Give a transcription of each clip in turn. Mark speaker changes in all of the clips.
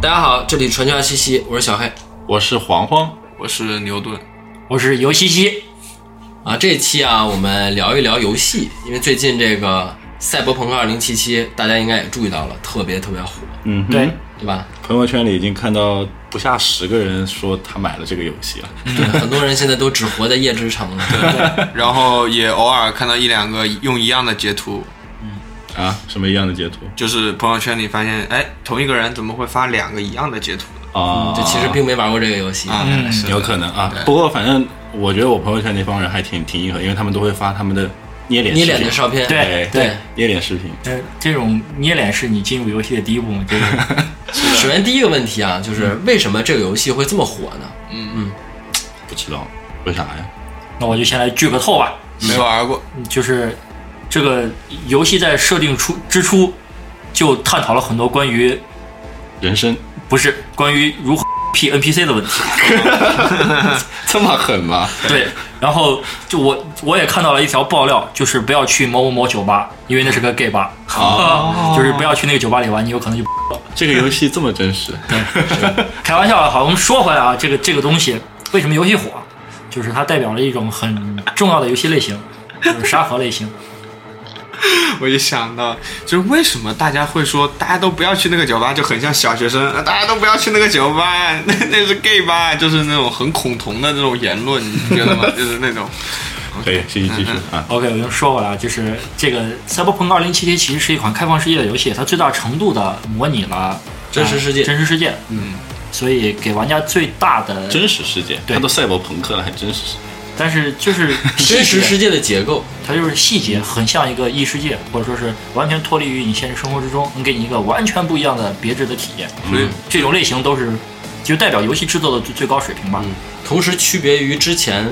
Speaker 1: 大家好，这里传教西西，我是小黑
Speaker 2: 我是黄黄，
Speaker 3: 我是牛顿，
Speaker 4: 我是尤西西，
Speaker 1: 啊。这一期啊，我们聊一聊游戏，因为最近这个《赛博朋克2077》，大家应该也注意到了，特别特别火，
Speaker 2: 嗯，
Speaker 4: 对，
Speaker 1: 对吧？
Speaker 2: 朋友圈里已经看到不下十个人说他买了这个游戏了，
Speaker 1: 对，很多人现在都只活在夜之城 了。
Speaker 3: 然后也偶尔看到一两个用一样的截图，
Speaker 2: 啊，什么一样的截图
Speaker 3: 就是朋友圈里发现，哎，同一个人怎么会发两个一样的截图呢？
Speaker 2: 啊？
Speaker 1: 就其实并没玩嗯过这个游戏，
Speaker 3: 啊，是的
Speaker 2: 有可能啊
Speaker 3: 对，
Speaker 2: 不过反正我觉得我朋友圈那帮人还挺挺硬核，因为他们都会发他们的捏脸
Speaker 1: 捏
Speaker 2: 视
Speaker 1: 脸
Speaker 2: 频哎
Speaker 1: 的照片，
Speaker 4: 对
Speaker 2: 对
Speaker 1: 对，
Speaker 2: 捏脸视频，
Speaker 4: 呃，这种捏脸是你进入游戏的第一步吗？这个
Speaker 1: 首先第一个问题啊，就是为什么这个游戏会这么火呢？
Speaker 4: 嗯
Speaker 2: 不知道为啥呀？
Speaker 4: 那我就先来剧个透吧。嗯
Speaker 3: 没玩过，
Speaker 4: 就是这个游戏在设定出之初，就探讨了很多关于
Speaker 2: 人生
Speaker 4: 不是关于如何 P NPC 的问题。
Speaker 2: 这么狠吗？
Speaker 4: 对，然后就我我也看到了一条爆料，就是不要去某某某酒吧，因为那是个 gay 吧， 就是不要去那个酒吧里玩，你有可能就
Speaker 2: 这个游戏这么真实，
Speaker 4: 开玩笑了。好，我们说回来啊，这个这个东西为什么游戏火，就是它代表了一种很重要的游戏类型，就是沙盒类型。
Speaker 3: 我就想到，就是为什么大家会说大家都不要去那个酒吧，就很像小学生，啊大家都不要去那个酒吧， 那那是 gay 吧，就是那种很恐同的那种言论，你觉得吗？就是那种，
Speaker 2: 可以继续继续啊，
Speaker 4: OK，我就说回来，啊，就是这个《赛博朋克2077》其实是一款开放世界的游戏，它最大程度的模拟了
Speaker 1: 真实世界
Speaker 4: 呃真实世界，
Speaker 3: 嗯，
Speaker 4: 所以给玩家最大的，
Speaker 2: 真实世界，
Speaker 4: 对
Speaker 2: 它都赛博朋克了，还真实世界，
Speaker 4: 但是就是
Speaker 1: 真实
Speaker 4: 世
Speaker 1: 世界的结构，
Speaker 4: 它就是细节很像一个异世界，或者说是完全脱离于你现实生活之中，能给你一个完全不一样的别致的体验。嗯
Speaker 3: 所以
Speaker 4: 这种类型都是就代表游戏制作的最最高水平吧。
Speaker 1: 同时区别于之前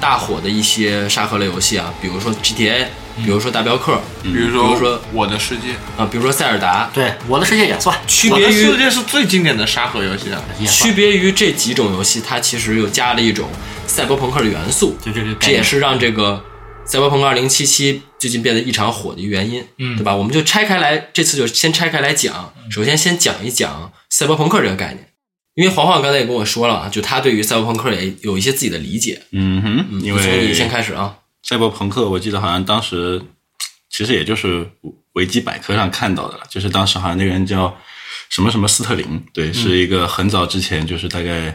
Speaker 1: 大火的一些沙盒类游戏啊，比如说 GTA，比如说大镖客，
Speaker 4: 嗯
Speaker 3: 比如
Speaker 1: 比
Speaker 3: 说
Speaker 1: 如说
Speaker 3: 我的世界，
Speaker 1: 啊，比如说塞尔达，
Speaker 4: 对，我的世界也算，
Speaker 1: 区
Speaker 3: 我
Speaker 1: 别
Speaker 3: 的世
Speaker 1: 于
Speaker 3: 界是最经典的沙盒游戏啊，
Speaker 4: 也算
Speaker 1: 区别于这几种游戏，它其实又加了一种赛博朋克的元素，
Speaker 4: 就这个概
Speaker 1: 这也
Speaker 4: 念。
Speaker 1: 是让这个《赛博朋克2077》最近变得异常火的原因，
Speaker 4: 嗯
Speaker 1: 对吧？我们就拆开来，这次就先拆开来讲。首先，先讲一讲赛博朋克这个概念，因为黄黄刚才也跟我说了啊，就他对于赛博朋克也有一些自己的理解。
Speaker 2: 嗯哼，因
Speaker 1: 从
Speaker 2: 为
Speaker 1: 你先开始啊，
Speaker 2: 赛博朋克，我记得好像当时其实也就是维基百科上看到的了，就是当时好像那个人叫什么什么斯特林，对，是一个很早之前，就是大概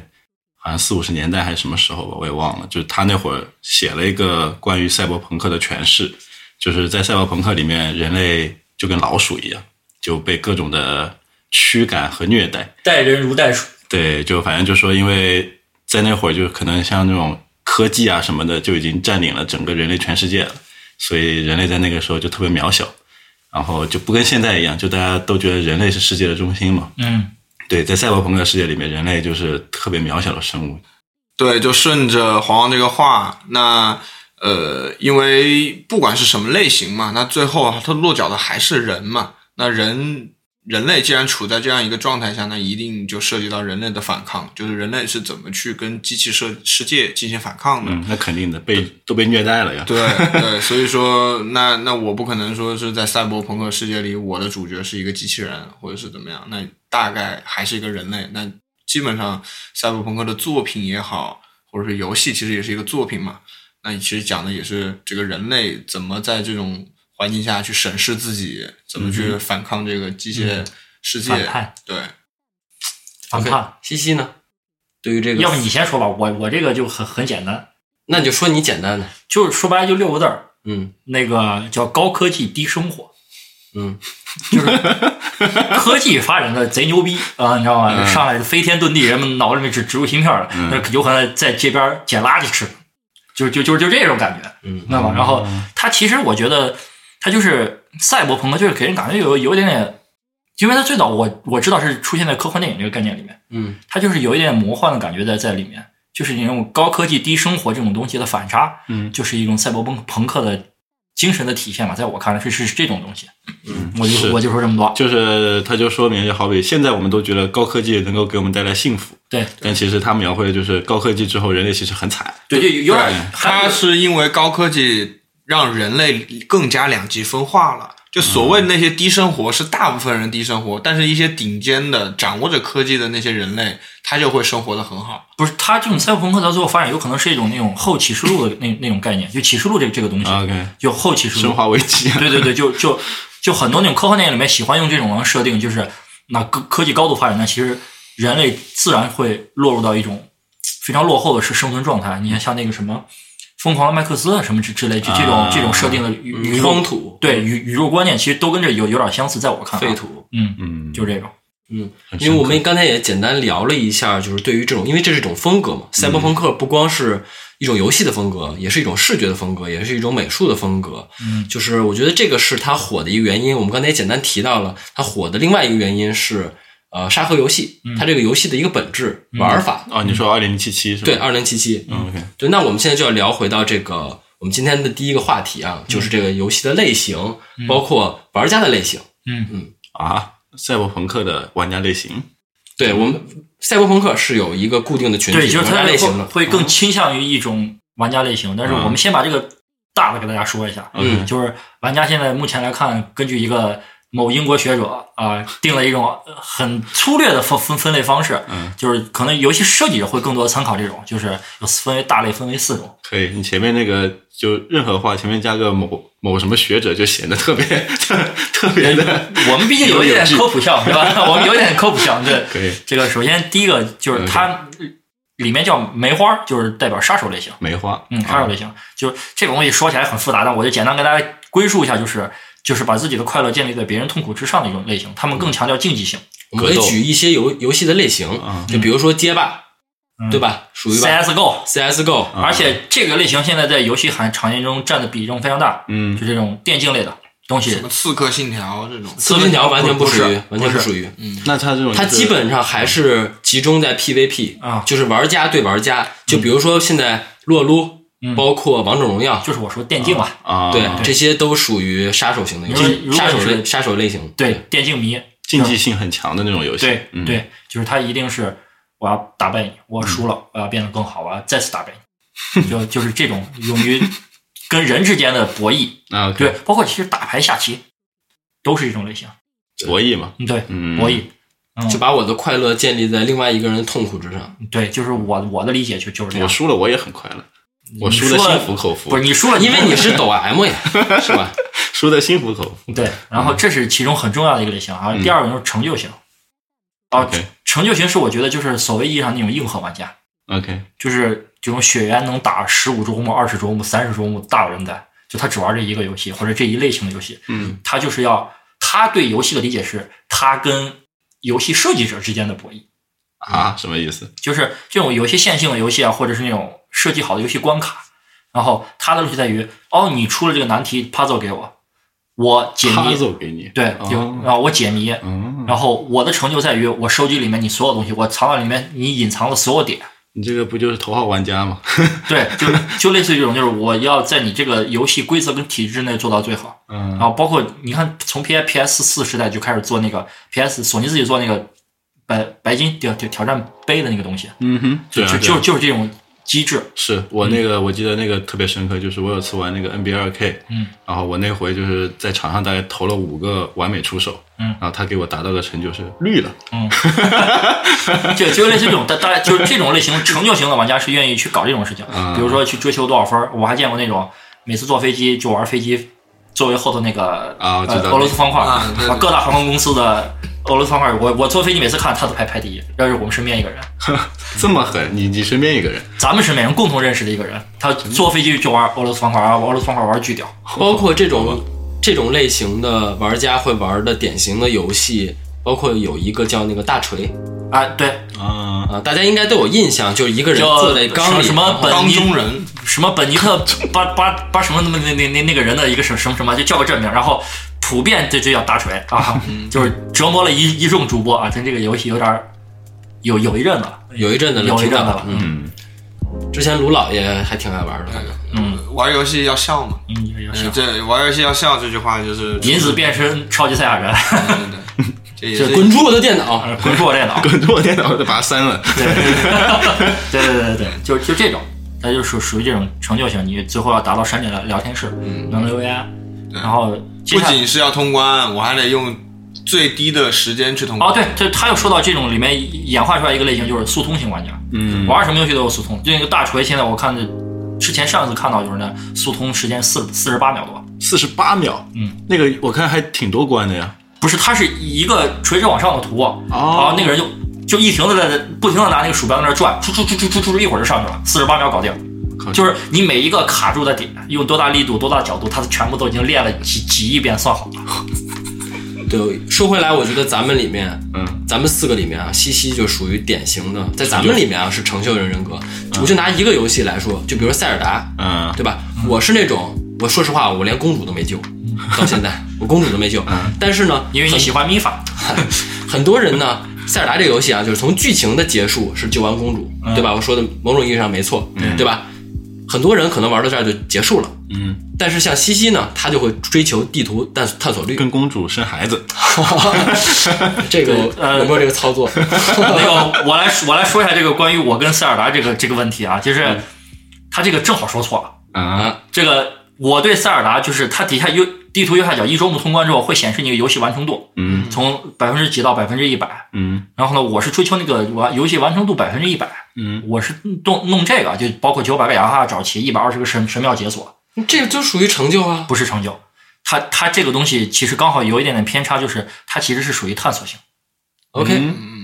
Speaker 2: 好像四五十年代还是什么时候吧，我也忘了。就是他那会儿写了一个关于赛博朋克的诠释，就是在赛博朋克里面，人类就跟老鼠一样，就被各种的驱赶和虐待。
Speaker 4: 待人如待鼠，
Speaker 2: 对，就反正就说，因为在那会儿，就可能像那种科技啊什么的，就已经占领了整个人类全世界了，所以人类在那个时候就特别渺小，然后就不跟现在一样，就大家都觉得人类是世界的中心嘛。
Speaker 4: 嗯，
Speaker 2: 对，在赛博朋克世界里面，人类就是特别渺小的生物。
Speaker 3: 对，就顺着黄黄这个话，那呃，因为不管是什么类型嘛，那最后啊他落脚的还是人嘛。那人人类既然处在这样一个状态下，那一定就涉及到人类的反抗，就是人类是怎么去跟机器社世界进行反抗的。
Speaker 2: 嗯，那肯定的，被都被虐待了呀。
Speaker 3: 对 对，所以说，那那我不可能说是在赛博朋克世界里，我的主角是一个机器人，或者是怎么样，那大概还是一个人类。那基本上，赛博朋克的作品也好，或者是游戏，其实也是一个作品嘛。那其实讲的也是这个人类怎么在这种环境下去审视自己，怎么去反抗这个机械世界。
Speaker 4: 反叛，
Speaker 3: 对，
Speaker 4: 反叛。
Speaker 1: 西西呢？对于这个，
Speaker 4: 要不你先说吧，我我这个就很很简单，
Speaker 1: 那你就说你简单的，
Speaker 4: 就是说白了就六个字儿，
Speaker 1: 嗯
Speaker 4: 那个叫高科技低生活。
Speaker 1: 嗯，
Speaker 4: 科技发展的贼牛逼啊、你知道吗？
Speaker 1: 嗯
Speaker 4: 上来飞天遁地，人们脑子里面只植入芯片了，那、有可能在街边捡垃圾吃，就就就就这种感觉，
Speaker 1: 嗯，
Speaker 4: 那么然后它其实我觉得它就是赛博朋克，就是给人感觉有有一点点，因为它最早我我知道是出现在科幻电影这个概念里面，
Speaker 1: 嗯，
Speaker 4: 它就是有一点魔幻的感觉在在里面，就是那种高科技低生活这种东西的反差，
Speaker 2: 嗯
Speaker 4: 就是一种赛博朋朋克的精神的体现嘛，在我看来是是是这种东西，嗯，我
Speaker 2: 是
Speaker 4: 就我就说这么多，
Speaker 2: 就是它就说明，就好比现在我们都觉得高科技能够给我们带来幸福，
Speaker 4: 对。
Speaker 2: 但其实它描绘的就是高科技之后，人类其实很惨。
Speaker 4: 对，就有点
Speaker 3: 它是因为高科技让人类更加两极分化了，就所谓那
Speaker 1: 嗯
Speaker 3: 些低生活是大部分人低生活，但是一些顶尖的掌握着科技的那些人类，他就会生活的很好。
Speaker 4: 不是，它这种赛博朋克到最后发展有可能是一种那种后启示录的那那种概念，就启示录这个这个东西，
Speaker 2: 啊 OK，
Speaker 4: 就后启示
Speaker 2: 生
Speaker 4: 录。
Speaker 2: 化危机，
Speaker 4: 对对对，就就就很多那种科幻电影里面喜欢用这种设定，就是那科科技高度发展，那其实人类自然会落入到一种非常落后的是生存状态。你看像那个什么《疯狂的麦克斯》啊什么之之类，这这种
Speaker 2: 啊
Speaker 4: 这种设定的宇宇
Speaker 1: 嗯
Speaker 4: 宙
Speaker 1: 荒土、
Speaker 4: 对宇宇宙观念，其实都跟这有有点相似，在我看来
Speaker 1: 废，土，
Speaker 4: 嗯，
Speaker 2: 嗯，
Speaker 4: 就这种。
Speaker 2: 很
Speaker 1: 因为我
Speaker 2: 深
Speaker 1: 们刚才也简单聊了一下，就是对于这种，因为这是一种风格嘛，赛博朋克不光是一种游戏的风格，也是一种视觉的风格，也是一种美术的风格。
Speaker 4: 嗯，
Speaker 1: 就是我觉得这个是它火的一个原因。我们刚才也简单提到了，它火的另外一个原因是，呃，沙盒游戏，它这个游戏的一个本质、玩法。
Speaker 2: 刻哦，你说二零七七是吧？
Speaker 1: 对，二零七七，
Speaker 2: 嗯，OK，
Speaker 1: 对，那我们现在就要聊回到这个我们今天的第一个话题啊，就是这个游戏的类型，包括玩家的类型。
Speaker 2: 啊，赛博朋克的玩家类型，
Speaker 1: 对我们赛博朋克是有一个固定的群体
Speaker 4: 对，就是
Speaker 1: 玩
Speaker 4: 它
Speaker 1: 家类型
Speaker 4: 会
Speaker 1: 的，嗯
Speaker 4: 会更倾向于一种玩家类型，但是我们先把这个大的给大家说一下，
Speaker 1: 嗯
Speaker 4: 就是玩家现在目前来看，根据一个某英国学者啊、定了一种呃很粗略的分分分类方式，
Speaker 2: 嗯，
Speaker 4: 就是可能游戏设计会更多参考这种，就是有分为大类分为四种，
Speaker 2: 可以，你前面那个就任何话前面加个某某什么学者，就显得特别特特别的
Speaker 4: 我们毕竟有一点科普项，对吧？ 我们有一点科普项，对。
Speaker 2: 可以。
Speaker 4: 这个首先第一个就是它里面叫梅花，就是代表杀手类型。
Speaker 2: 梅花，啊
Speaker 4: 嗯，杀手类型，就是这个东西说起来很复杂，但我就简单跟大家归述一下，就是就是把自己的快乐建立在别人痛苦之上的一种类型，他们更强调竞技性。
Speaker 1: 我们可
Speaker 2: 格
Speaker 1: 以
Speaker 2: 斗
Speaker 1: 举一些游游戏的类型，
Speaker 2: 嗯
Speaker 1: 就比如说街霸，
Speaker 4: 嗯
Speaker 1: 对吧？属于吧
Speaker 4: CSGO，
Speaker 1: CSGO，
Speaker 2: 嗯
Speaker 4: 而且这个类型现在在游戏行场景中占的比重非常大，
Speaker 2: 嗯
Speaker 4: 就这种电竞类的东
Speaker 3: 什
Speaker 4: 西
Speaker 3: 么。刺客信条这种，嗯
Speaker 1: 刺客信条完全
Speaker 4: 不
Speaker 1: 属于
Speaker 4: 是，
Speaker 1: 完全
Speaker 4: 不
Speaker 1: 不
Speaker 4: 是
Speaker 1: 属于。
Speaker 2: 那他这种
Speaker 1: 它
Speaker 2: 就是
Speaker 1: 基本上还是集中在 PVP
Speaker 4: 啊
Speaker 1: 就是玩家对玩家。就比如说现在撸啊撸，
Speaker 4: 嗯
Speaker 1: 包括王者荣耀，
Speaker 4: 就是我说电竞吧，
Speaker 2: 啊，
Speaker 1: 对，这些都属于杀手型的游
Speaker 4: 如
Speaker 1: 戏，
Speaker 4: 果
Speaker 1: 杀手
Speaker 4: 如果
Speaker 1: 类
Speaker 4: 是
Speaker 1: 杀手类型。
Speaker 4: 对，电竞迷，
Speaker 2: 竞技性很强的那种游戏，
Speaker 4: 对
Speaker 2: 嗯，
Speaker 4: 对，就是他一定是我要打败你，我输了，我要变得更好，我要再次打败你，就就是这种勇于跟人之间的博弈。
Speaker 2: 啊，
Speaker 4: 对，，包括其实打牌、下棋，都是一种类型。
Speaker 2: 博弈嘛，
Speaker 4: 嗯，对，
Speaker 2: 嗯，
Speaker 4: 博弈，
Speaker 1: 就
Speaker 4: 嗯
Speaker 1: 把我的快乐建立在另外一个人的痛苦之上。
Speaker 4: 对，就是我我的理解就就是这
Speaker 2: 我
Speaker 4: 样。
Speaker 2: 输了我也很快乐，我
Speaker 4: 你
Speaker 2: 输的
Speaker 4: 说
Speaker 2: 心服口服，
Speaker 4: 不是你输了，
Speaker 1: 因为你是抖 M 呀，是吧？
Speaker 2: 输的心服口服，
Speaker 4: 对，然后这是其中很重要的一个类型啊。
Speaker 2: 嗯
Speaker 4: 第二个就是成就型，啊
Speaker 2: OK，
Speaker 4: 成就型是我觉得就是所谓意义上那种硬核玩家，
Speaker 2: ，OK，
Speaker 4: 就是这种血缘能打十五周目、二十周目、三十周目大有人在，就他只玩这一个游戏或者这一类型的游戏，
Speaker 2: 嗯
Speaker 4: 他就是要他对游戏的理解是他跟游戏设计者之间的博弈。
Speaker 2: 啊，什么意思？
Speaker 4: 就是这种有一些线性的游戏啊，或者是那种设计好的游戏关卡，然后它的乐趣在于，哦，你出了这个难题 puzzle 给我，我解
Speaker 2: 哈
Speaker 4: 谜，
Speaker 2: 走给你，
Speaker 4: 对，
Speaker 2: 哦
Speaker 4: 有啊，我解谜，
Speaker 2: 嗯，
Speaker 4: 然后我的成就在于我收集里面你所有东西，我藏到里面你隐藏的所有点，
Speaker 2: 你这个不就是头号玩家吗？
Speaker 4: 对， 就就类似于这种，就是我要在你这个游戏规则跟体制内做到最好。然
Speaker 2: 嗯，
Speaker 4: 后包括你看，从 P P S 四时代就开始做那个 P S 索尼自己做那个白白金挑挑战杯的那个东西，
Speaker 2: 嗯哼，对
Speaker 4: 就
Speaker 2: 啊，
Speaker 4: 就
Speaker 2: 对啊
Speaker 4: 就就是这种机制，
Speaker 2: 是我那个，我记得那个特别深刻，就是我有次玩那个 NBA 二 K，
Speaker 4: 嗯，
Speaker 2: 然后我那回就是在场上大概投了五个完美出手，
Speaker 4: 嗯
Speaker 2: 然后他给我达到的成就是绿了，
Speaker 4: 就就类似这种，大大家就是这种类型成就型的玩家是愿意去搞这种事情，
Speaker 2: 嗯
Speaker 4: 比如说去追求多少分儿。我还见过那种每次坐飞机就玩飞机座位后头那个
Speaker 2: 啊我知道
Speaker 4: 呃
Speaker 2: 那个
Speaker 4: 俄罗斯方块，
Speaker 3: 啊对对对
Speaker 4: 各大航空公司的俄罗斯方块，我我坐飞机每次看他都排排第一，要是我们身边一个人，
Speaker 2: 这么狠，你你身边一个人，
Speaker 4: 咱们身边人共同认识的一个人，他坐飞机就玩俄罗斯方块，啊，俄罗斯方块玩巨屌，
Speaker 1: 包括这种这种类型的玩家会玩的典型的游戏，包括有一个叫那个大锤
Speaker 4: 啊，对，
Speaker 2: 啊，
Speaker 1: 啊，大家应该都有印象，就是一个人
Speaker 4: 叫
Speaker 1: 坐在缸里，
Speaker 4: 什么本
Speaker 3: 缸
Speaker 4: 尼
Speaker 3: 中人，
Speaker 4: 什么本尼特巴巴巴什么那么那那那那个人的一个什什么什么，就叫个这名，然后普遍这就叫大锤啊，就是折磨了一一众主播啊，但这个游戏有点儿有有一阵子了，
Speaker 1: 有一阵子了，
Speaker 4: 有一
Speaker 1: 听
Speaker 4: 阵子
Speaker 1: 到
Speaker 4: 了，
Speaker 1: 嗯，
Speaker 2: 嗯，
Speaker 1: 之前卢老爷还挺爱玩的，反正
Speaker 4: 嗯，
Speaker 3: 玩游戏要笑嘛。
Speaker 4: 嗯，有有
Speaker 3: 呃
Speaker 4: 是
Speaker 3: 这玩游戏要笑这句话 就是
Speaker 4: 银子变身超级赛亚人，
Speaker 3: 对对对，这也
Speaker 1: 就是
Speaker 3: 是
Speaker 1: 滚出我的电脑，
Speaker 4: 滚出我电脑，
Speaker 2: 滚出我电脑，我就把它删了，
Speaker 4: 对对对对对，就就这种，它就属属于这种成就型，你最后要达到删减聊聊天室，能留言，然后接
Speaker 3: 不
Speaker 4: 下来
Speaker 3: 仅是要通关，我还得用最低的时间去通关。
Speaker 4: 哦，对，这他又说到这种里面演化出来一个类型，就是速通型玩家，
Speaker 2: 嗯
Speaker 4: 玩什么游戏都有速通。就那个大锤，现在我看这之前上一次看到就是那速通时间四四十八秒多，
Speaker 2: 四十八秒，
Speaker 4: 嗯，
Speaker 2: 那个我看还挺多关的呀。
Speaker 4: 不是，它是一个垂直往上的图，啊然后那个人就就一停的在不停的拿那个鼠标在那转，突突突突突突，一会儿就上去了，四十八秒搞定
Speaker 2: 靠。
Speaker 4: 就是你每一个卡住的点，用多大力度、多大角度，它全部都已经练了几几亿遍算好了。
Speaker 1: 对，说回来，我觉得咱们里面，
Speaker 2: 嗯，
Speaker 1: 咱们四个里面啊，西西就属于典型的，在咱们里面啊是成就人人格。我就拿一个游戏来说，就比如塞尔达，
Speaker 2: 嗯，
Speaker 1: 对吧？我是那种，我说实话，我连公主都没救，
Speaker 4: 嗯
Speaker 1: 到现 在我公主都没救。但是呢，
Speaker 4: 因为你喜欢米法，
Speaker 1: 很多人呢，塞尔达这个游戏啊，就是从剧情的结束是救完公主，
Speaker 4: 嗯
Speaker 1: 对吧？我说的某种意义上没错，对吧？很多人可能玩到这儿就结束了，
Speaker 2: 嗯。
Speaker 1: 但是像西西呢，他就会追求地图探探索率，
Speaker 2: 跟公主生孩子，
Speaker 1: 这个
Speaker 4: 对呃
Speaker 1: 有没有这个操 作？
Speaker 4: 那个我来我来说一下这个关于我跟塞尔达这个这个问题啊，就是他这个正好说错了。
Speaker 2: 啊，
Speaker 4: 这个我对塞尔达就是它底下右地图右下角一周目通关之后会显示你的游戏完成度，
Speaker 2: 嗯
Speaker 4: 从百分之几到百分之一百。
Speaker 2: 嗯
Speaker 4: 然后呢，我是追求那个完游戏完成度百分之一百，
Speaker 2: 嗯，
Speaker 4: 我是弄弄这个，就包括九百个雅哈找齐，一百二十个神神庙解锁，
Speaker 1: 这就属于成就啊！
Speaker 4: 不是成就。它它这个东西其实刚好有一点点偏差，就是它其实是属于探索型，
Speaker 1: OK，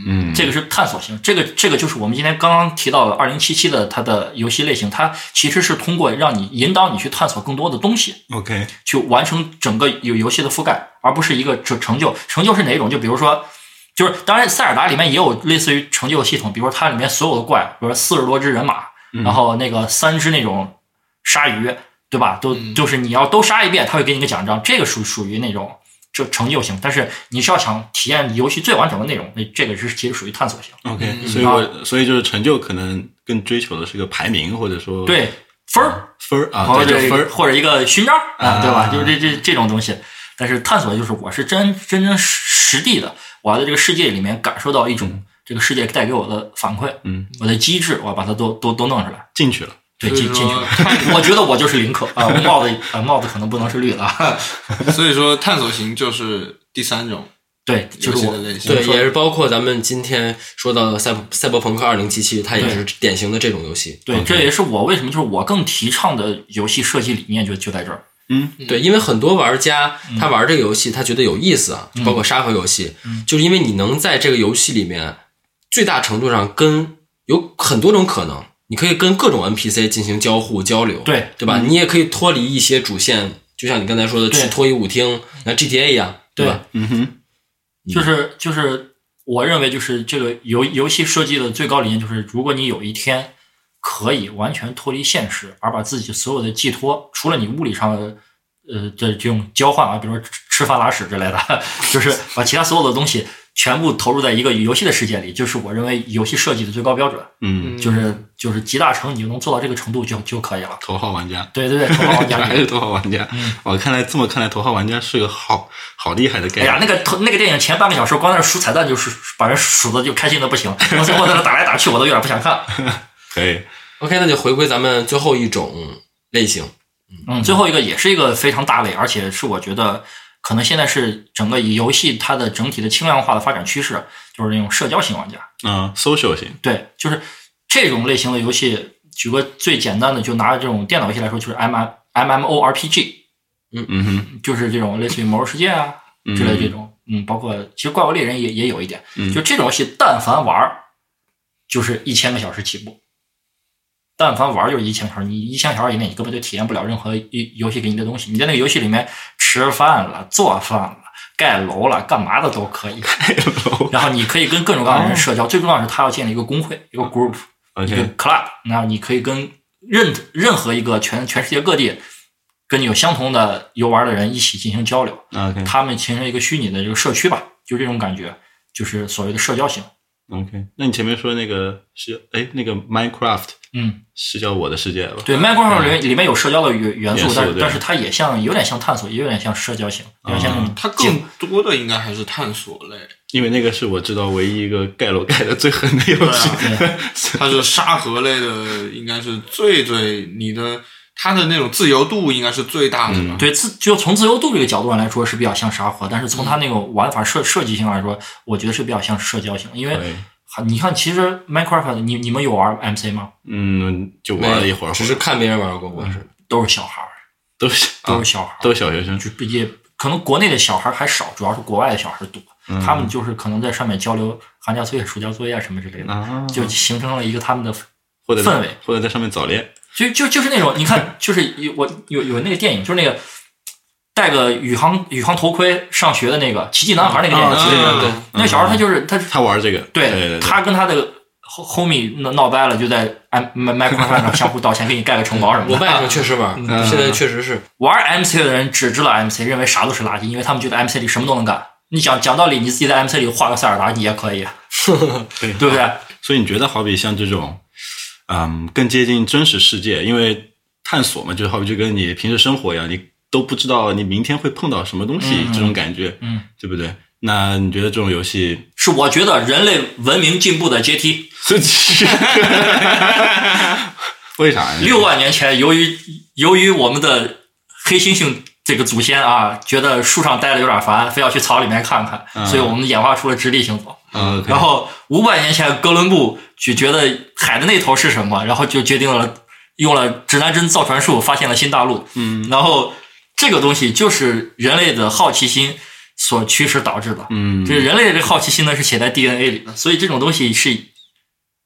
Speaker 2: 嗯，
Speaker 4: 这个是探索型，这个这个就是我们今天刚刚提到的二零七七的它的游戏类型，它其实是通过让你引导你去探索更多的东西，
Speaker 2: OK，
Speaker 4: 去完成整个有游戏的覆盖，而不是一个成成就。成就是哪种？就比如说，就是当然塞尔达里面也有类似于成就系统，比如说它里面所有的怪，比如说四十多只人马，然后那个三只那种鲨鱼，对吧？都就是你要都杀一遍，它会给你个奖章，这个属属于那种。就成就型，但是你是要想体验游戏最完整的内容，那这个是其实属于探索型。
Speaker 2: OK，所以我所以就是成就可能更追求的是个排名，或者说
Speaker 4: 对分儿，
Speaker 2: 分儿啊，
Speaker 4: 或
Speaker 2: 对，
Speaker 4: 者
Speaker 2: 就分儿，
Speaker 4: 或者一个勋章啊，对吧
Speaker 2: 啊？
Speaker 4: 就是这这这种东西。但是探索就是我是真真真实地的，我要在这个世界里面感受到一种这个世界带给我的反馈，
Speaker 2: 嗯，
Speaker 4: 我的机制，我要把它都都都弄出来。
Speaker 2: 进去了。
Speaker 4: 对，
Speaker 3: 所以
Speaker 4: 进进去
Speaker 3: 说
Speaker 4: 了。我觉得我就是林克啊，帽子啊帽子可能不能是绿的啊。
Speaker 3: 所以说，探索型就是第三种
Speaker 4: 对，
Speaker 3: 游
Speaker 4: 就是
Speaker 3: 戏
Speaker 4: 我
Speaker 3: 的。类型。
Speaker 1: 对，也是包括咱们今天说到的赛博赛博朋克二零七七，它也是典型的这种游戏。
Speaker 4: 对，这也是我为什么就是我更提倡的游戏设计理念就就在这儿。
Speaker 1: 对，因为很多玩家
Speaker 2: 嗯
Speaker 1: 他玩这个游戏，他觉得有意思啊，包括沙盒游戏，
Speaker 2: 嗯
Speaker 1: 就是因为你能在这个游戏里面最大程度上跟有很多种可能，你可以跟各种 NPC 进行交互交流，
Speaker 4: 对
Speaker 1: 对
Speaker 2: 嗯
Speaker 1: 吧？你也可以脱离一些主线，就像你刚才说的，
Speaker 4: 对
Speaker 1: 去脱衣舞厅，那 GTA 一样，对吧？
Speaker 2: 嗯哼，
Speaker 4: 就是就是我认为就是这个游游戏设计的最高理念就是，如果你有一天可以完全脱离现实，而把自己所有的寄托，除了你物理上的呃的这种交换啊，比如说吃吃饭拉屎之类的， 就是把其他所有的东西全部投入在一个游戏的世界里，就是我认为游戏设计的最高标准，
Speaker 2: 嗯，
Speaker 3: 嗯
Speaker 4: 就是就是集大成，你就能做到这个程度就就可以了。
Speaker 2: 头号玩家，
Speaker 4: 对对对，头脑压
Speaker 2: 还
Speaker 4: 力
Speaker 2: 是头号玩家。
Speaker 4: 嗯
Speaker 2: 我看来这么看来，头号玩家是个好好厉害的概
Speaker 4: 哎呀，
Speaker 2: 念。
Speaker 4: 那个头那个电影前半个小时光在那数彩蛋，就是把人数的就开心的不行，我最后在那打来打去，我都有点不想看。
Speaker 2: 可以，
Speaker 1: OK，那就回归咱们最后一种类型，
Speaker 4: 嗯，最后一个也是一个非常大类，而且是我觉得可能现在是整个游戏它的整体的轻量化的发展趋势，就是那种社交型玩家。
Speaker 2: 嗯，social 型，
Speaker 4: 对，就是这种类型的游戏。举个最简单的，就拿这种电脑游戏来说，就是 M M M O R P G，
Speaker 2: 嗯哼，
Speaker 4: 就是这种类似于《魔兽世界》啊之类 的这种，嗯包括其实《怪物猎人也》也有一点，
Speaker 2: 嗯
Speaker 4: 就这种游戏，但凡玩儿就是一千个小时起步，但凡玩儿就是一千个小时，你一千个小时以内你根本就体验不了任何一游戏给你的东西，你在那个游戏里面吃饭了、做饭了、盖楼了、干嘛的都可 以，然后你可以跟各种各样的人社交，最重要是他要建立一个工会、一个 group、一个
Speaker 2: 哦 OK，
Speaker 4: club，那你可以跟任任何一个全全世界各地跟你有相同的游玩的人一起进行交流。
Speaker 2: OK
Speaker 4: 他们形成一个虚拟的这个社区吧，就这种感觉，就是所谓的社交型。
Speaker 2: OK。那你前面说那个是哎，那个 Minecraft
Speaker 4: 嗯，
Speaker 2: 是叫我的世界吧？
Speaker 4: 对，Minecraft 里面里面有社交的元元素
Speaker 2: 元，素
Speaker 4: 但是
Speaker 2: 对
Speaker 4: 但是它也像有点像探索，也有点像社交型，有点像那种
Speaker 3: 它更多的应该还是探索类，
Speaker 2: 因为那个是我知道唯一一个盖楼盖的最狠的游戏。
Speaker 4: 对啊
Speaker 3: 它是沙盒类的，应该是最最你的它的那种自由度应该是最大的吧？
Speaker 4: 嗯对自就从自由度这个角度上来说是比较像沙盒，但是从它那个玩法设设计性来说，我觉得是比较像社交型，因为
Speaker 2: 对，
Speaker 4: 你看，其实 Minecraft 你你们有玩 MC 吗？
Speaker 2: 嗯，就玩了一会儿，
Speaker 1: 只是看别人玩过，我是
Speaker 4: 都是小孩儿，
Speaker 2: 都是啊
Speaker 4: 都是小孩儿，
Speaker 2: 都是小学生，
Speaker 4: 就也可能国内的小孩还少，主要是国外的小孩多，他们就是可能在上面交流寒假作业、暑假作业啊什么之类的，
Speaker 2: 啊，
Speaker 4: 就形成了一个他们的，
Speaker 2: 或者
Speaker 4: 氛围，
Speaker 2: 或者在上面早恋，
Speaker 4: 就就就是那种你看，就是有我有有那个电影，就是那个戴个宇航宇航头盔上学的那个《奇迹男孩》那个电
Speaker 2: 啊
Speaker 4: 影，
Speaker 2: 奇迹男
Speaker 3: 孩
Speaker 4: 对
Speaker 3: 嗯，
Speaker 4: 那个小孩他就是他
Speaker 2: 他玩这个，对
Speaker 4: 对
Speaker 2: 对，
Speaker 4: 他跟他的 homie 闹闹掰了，就在 M 麦麦克风上相互道歉，给你盖个城堡
Speaker 2: 嗯
Speaker 4: 什么的。
Speaker 1: 我外甥确实玩，现在确实 是
Speaker 4: 玩 MC 的人只知道 MC，认为啥都是垃圾，因为他们觉得 MC 里什么都能干。你讲讲道理，你自己在 MC 里画个塞尔达，你也可以，
Speaker 2: 对
Speaker 4: 对不对？
Speaker 2: 所以你觉得好比像这种，嗯，更接近真实世界，因为探索嘛，就是好比就跟你平时生活一样，你都不知道你明天会碰到什么东西，
Speaker 4: 嗯
Speaker 2: 这种感觉，
Speaker 4: 嗯，
Speaker 2: 对不对？那你觉得这种游戏
Speaker 4: 是我觉得人类文明进步的阶梯。
Speaker 2: 自 己为啥呀？
Speaker 4: 六万年前，由于由于我们的黑猩猩这个祖先啊，觉得树上待的有点烦，非要去草里面看看，
Speaker 2: 嗯
Speaker 4: 所以我们演化出了直立行走。
Speaker 2: 嗯，OK，
Speaker 4: 然后五百年前，哥伦布就觉得海的那头是什么，然后就决定了用了指南针造船术发现了新大陆。
Speaker 2: 嗯
Speaker 4: 然后这个东西就是人类的好奇心所驱使导致的。
Speaker 2: 嗯，
Speaker 4: 这人类的好奇心呢是写在 DNA 里的，所以这种东西是，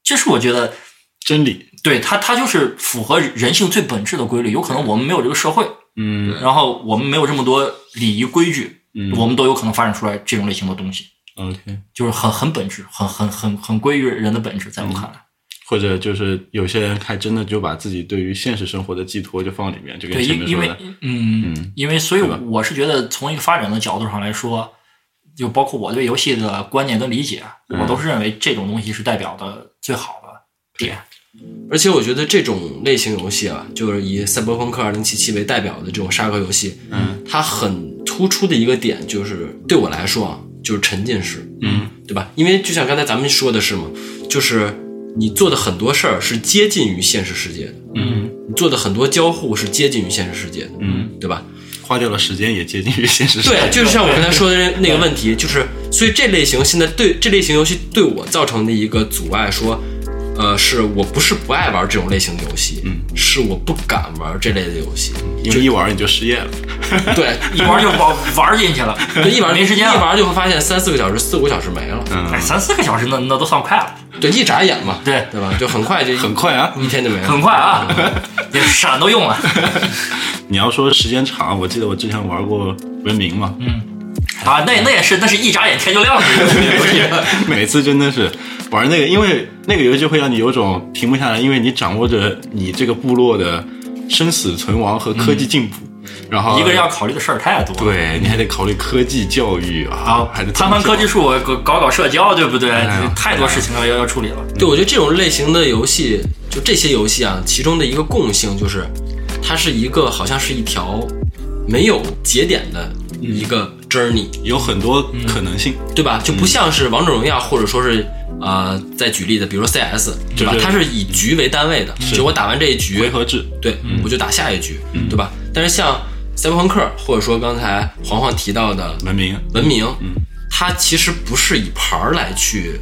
Speaker 4: 这是我觉得
Speaker 2: 真理，
Speaker 4: 对它，它就是符合人性最本质的规律。有可能我们没有这个社会，
Speaker 2: 嗯
Speaker 4: 然后我们没有这么多礼仪规矩，
Speaker 2: 嗯，
Speaker 4: 我们都有可能发展出来这种类型的东西，
Speaker 2: OK，
Speaker 4: 就是很很本质，很很很很归于人的本质，
Speaker 2: 嗯
Speaker 4: 在我看来。
Speaker 2: 或者就是有些人还真的就把自己对于现实生活的寄托就放里面，就跟
Speaker 4: 对，
Speaker 2: 前
Speaker 4: 因
Speaker 2: 面
Speaker 4: 因
Speaker 2: 说
Speaker 4: 为
Speaker 2: 的，
Speaker 4: 嗯，
Speaker 2: 嗯
Speaker 4: 因为所以
Speaker 2: 对吧
Speaker 4: 我是觉得从一个发展的角度上来说，就包括我对游戏的观念跟理解，
Speaker 2: 嗯
Speaker 4: 我都是认为这种东西是代表的最好的 点。
Speaker 1: 而且我觉得这种类型游戏啊，就是以《赛博朋克2077》为代表的这种沙盒游戏，
Speaker 2: 嗯，
Speaker 1: 它很突出的一个点就是对我来说啊，就是沉浸式，
Speaker 2: 嗯，
Speaker 1: 对吧？因为就像刚才咱们说的是嘛，就是你做的很多事儿是接近于现实世界的，
Speaker 2: 嗯
Speaker 1: 你做的很多交互是接近于现实世界的，
Speaker 2: 嗯，
Speaker 1: 对吧？
Speaker 2: 花掉了时间也接近于现实世界，
Speaker 1: 对，就是像我刚才说的那个问题，就是所以这类型现在对这类型游戏对我造成的一个阻碍，说，呃，是我不是不爱玩这种类型的游戏，
Speaker 2: 嗯，
Speaker 1: 是我不敢玩这类的游戏，
Speaker 2: 因为一玩你就失业了。
Speaker 1: 对，
Speaker 4: 一玩就玩玩进 去了，
Speaker 1: 一玩
Speaker 4: 嗯没时间
Speaker 1: 一
Speaker 4: 了。
Speaker 1: 玩就会发现三四个小时、四五个小时没了，
Speaker 2: 嗯
Speaker 4: 哎，，三四个小时那那都算快了，
Speaker 1: 对，一眨眼嘛，
Speaker 4: 对
Speaker 1: 对吧？就很快就
Speaker 2: 很快啊。
Speaker 1: 一天就没了，
Speaker 4: 很快啊，
Speaker 2: 嗯
Speaker 4: 这闪都用了。
Speaker 2: 你要说时间长，我记得我之前玩过文明嘛，
Speaker 4: 啊，那那也是，那是一眨眼天就亮了。
Speaker 2: 每次真的是玩那个，因为那个游戏会让你有种停不下来，因为你掌握着你这个部落的生死存亡和科技进步，然后
Speaker 4: 嗯一个人要考虑的事儿太多了。
Speaker 2: 对你还得考虑科技教育啊
Speaker 4: 啊，
Speaker 2: 还得，
Speaker 4: 攀攀科技
Speaker 2: 树，
Speaker 4: 树，搞搞搞社交，对不对？
Speaker 2: 呀
Speaker 4: 太多事情要要要处理了。
Speaker 1: 对，我觉得这种类型的游戏，就这些游戏啊，其中的一个共性就是，它是一个好像是一条没有节点的
Speaker 4: 嗯
Speaker 1: 一个 journey，、
Speaker 2: 有很多可能性。
Speaker 1: 对吧？就不像是王者荣耀，或者说是呃，再举例的，比如说 CS，对吧？
Speaker 2: 就是
Speaker 1: 它是以局为单位的，就我打完这一局
Speaker 2: 回，合制，
Speaker 1: 对，我就打下一局，对吧？但是像赛博朋克，或者说刚才黄黄提到的
Speaker 2: 文明，
Speaker 1: 文明，它其实不是以牌儿来去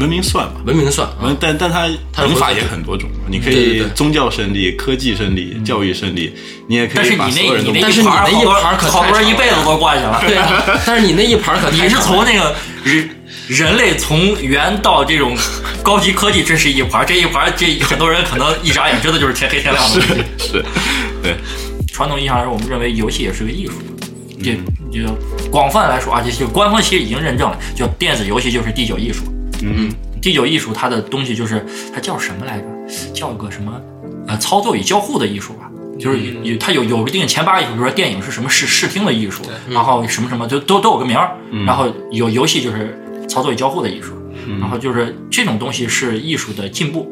Speaker 2: 文明算吧，
Speaker 1: 文明算啊，
Speaker 2: 文但但它
Speaker 1: 它
Speaker 2: 玩法
Speaker 1: 有
Speaker 2: 也很多种，你可
Speaker 1: 对对
Speaker 2: 以
Speaker 1: 对
Speaker 2: 宗教胜利、科技胜利、教育胜利，你也可
Speaker 4: 嗯但是
Speaker 2: 以
Speaker 4: 你
Speaker 2: 把
Speaker 4: 那
Speaker 2: 所有人
Speaker 4: 你
Speaker 2: 都
Speaker 4: 那
Speaker 1: 但是
Speaker 4: 一
Speaker 1: 你
Speaker 4: 盘儿
Speaker 1: 那一
Speaker 4: 好多
Speaker 1: 盘儿可
Speaker 4: 好
Speaker 1: 太
Speaker 4: 多人
Speaker 1: 长
Speaker 4: 一辈子都挂去了。
Speaker 1: 对啊，但是你那一盘儿可
Speaker 4: 你
Speaker 1: 太
Speaker 4: 是
Speaker 1: 长了
Speaker 4: 从那个人人类从猿到这种高级科技，这是一盘儿，这一盘儿这很多人可能一眨眼真的就是天黑天亮的东 西。
Speaker 2: 是，对，
Speaker 4: 传统意义上来说，我们认为游戏也是个艺术，这就广泛来说啊，这就官方其实已经认证了，就电子游戏就是第九艺术。
Speaker 2: 嗯，
Speaker 4: 第九艺术它的东西就是它叫什么来着？叫个什么？呃，操作与交互的艺术吧。就是有它有有个定前八艺术，比如说电影是什么视视听的艺术，然后什么什么就都都有个名儿，然后有游戏就是操作与交互的艺术，然后就是这种东西是艺术的进步，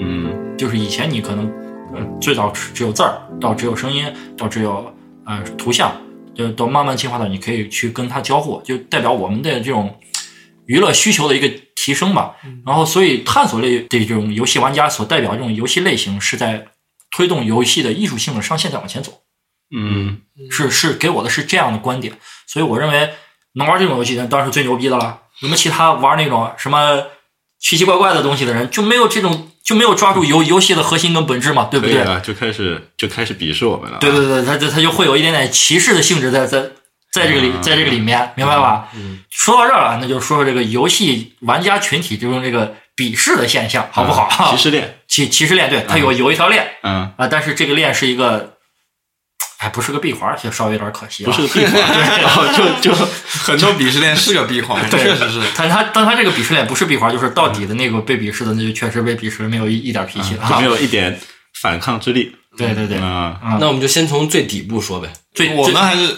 Speaker 2: 嗯
Speaker 4: 就是以前你可能呃最早只只有字儿，到只有声音，到只有呃图像，就都慢慢进化到你可以去跟它交互，就代表我们的这种娱乐需求的一个提升吧。然后，所以探索类的这种游戏玩家所代表这种游戏类型是在推动游戏的艺术性的上限再往前走。
Speaker 2: 嗯
Speaker 4: 是是给我的是这样的观点，所以我认为能玩这种游戏的人当然是最牛逼的了。你们其他玩那种什么奇奇怪怪的东西的人，就没有这种就没有抓住游游戏的核心跟本质嘛，对不
Speaker 2: 可以
Speaker 4: 对？
Speaker 2: 啊，就开始就开始鄙视我们了。
Speaker 4: 对对对，他就他就会有一点点歧视的性质在在在这个里
Speaker 2: 嗯
Speaker 4: 在这个里面，明白吧？
Speaker 1: 嗯
Speaker 4: 说到这儿了，那就说说这个游戏玩家群体中这个鄙视的现象，好不好？
Speaker 2: 嗯歧视链，
Speaker 4: 歧歧视链，对，它有有一条链
Speaker 2: 嗯，
Speaker 4: 啊，但是这个链是一个，哎，不是个闭环，就稍微有点可惜
Speaker 2: 不
Speaker 4: 啊。
Speaker 2: 是个闭 环，然后就就
Speaker 3: 很多鄙视链是个闭环，
Speaker 4: 对
Speaker 3: 确实是。
Speaker 4: 但他但他这个鄙视链不是闭环，就是到底的那个被鄙视的，那就确实被鄙视，没有一一点脾气
Speaker 2: 就
Speaker 4: 啊
Speaker 2: 没。有一点反抗之力。
Speaker 4: 对对对，
Speaker 2: 啊，
Speaker 4: 嗯
Speaker 1: 那我们就先从最底部说呗。
Speaker 4: 最
Speaker 3: 我
Speaker 4: 最
Speaker 3: 们还是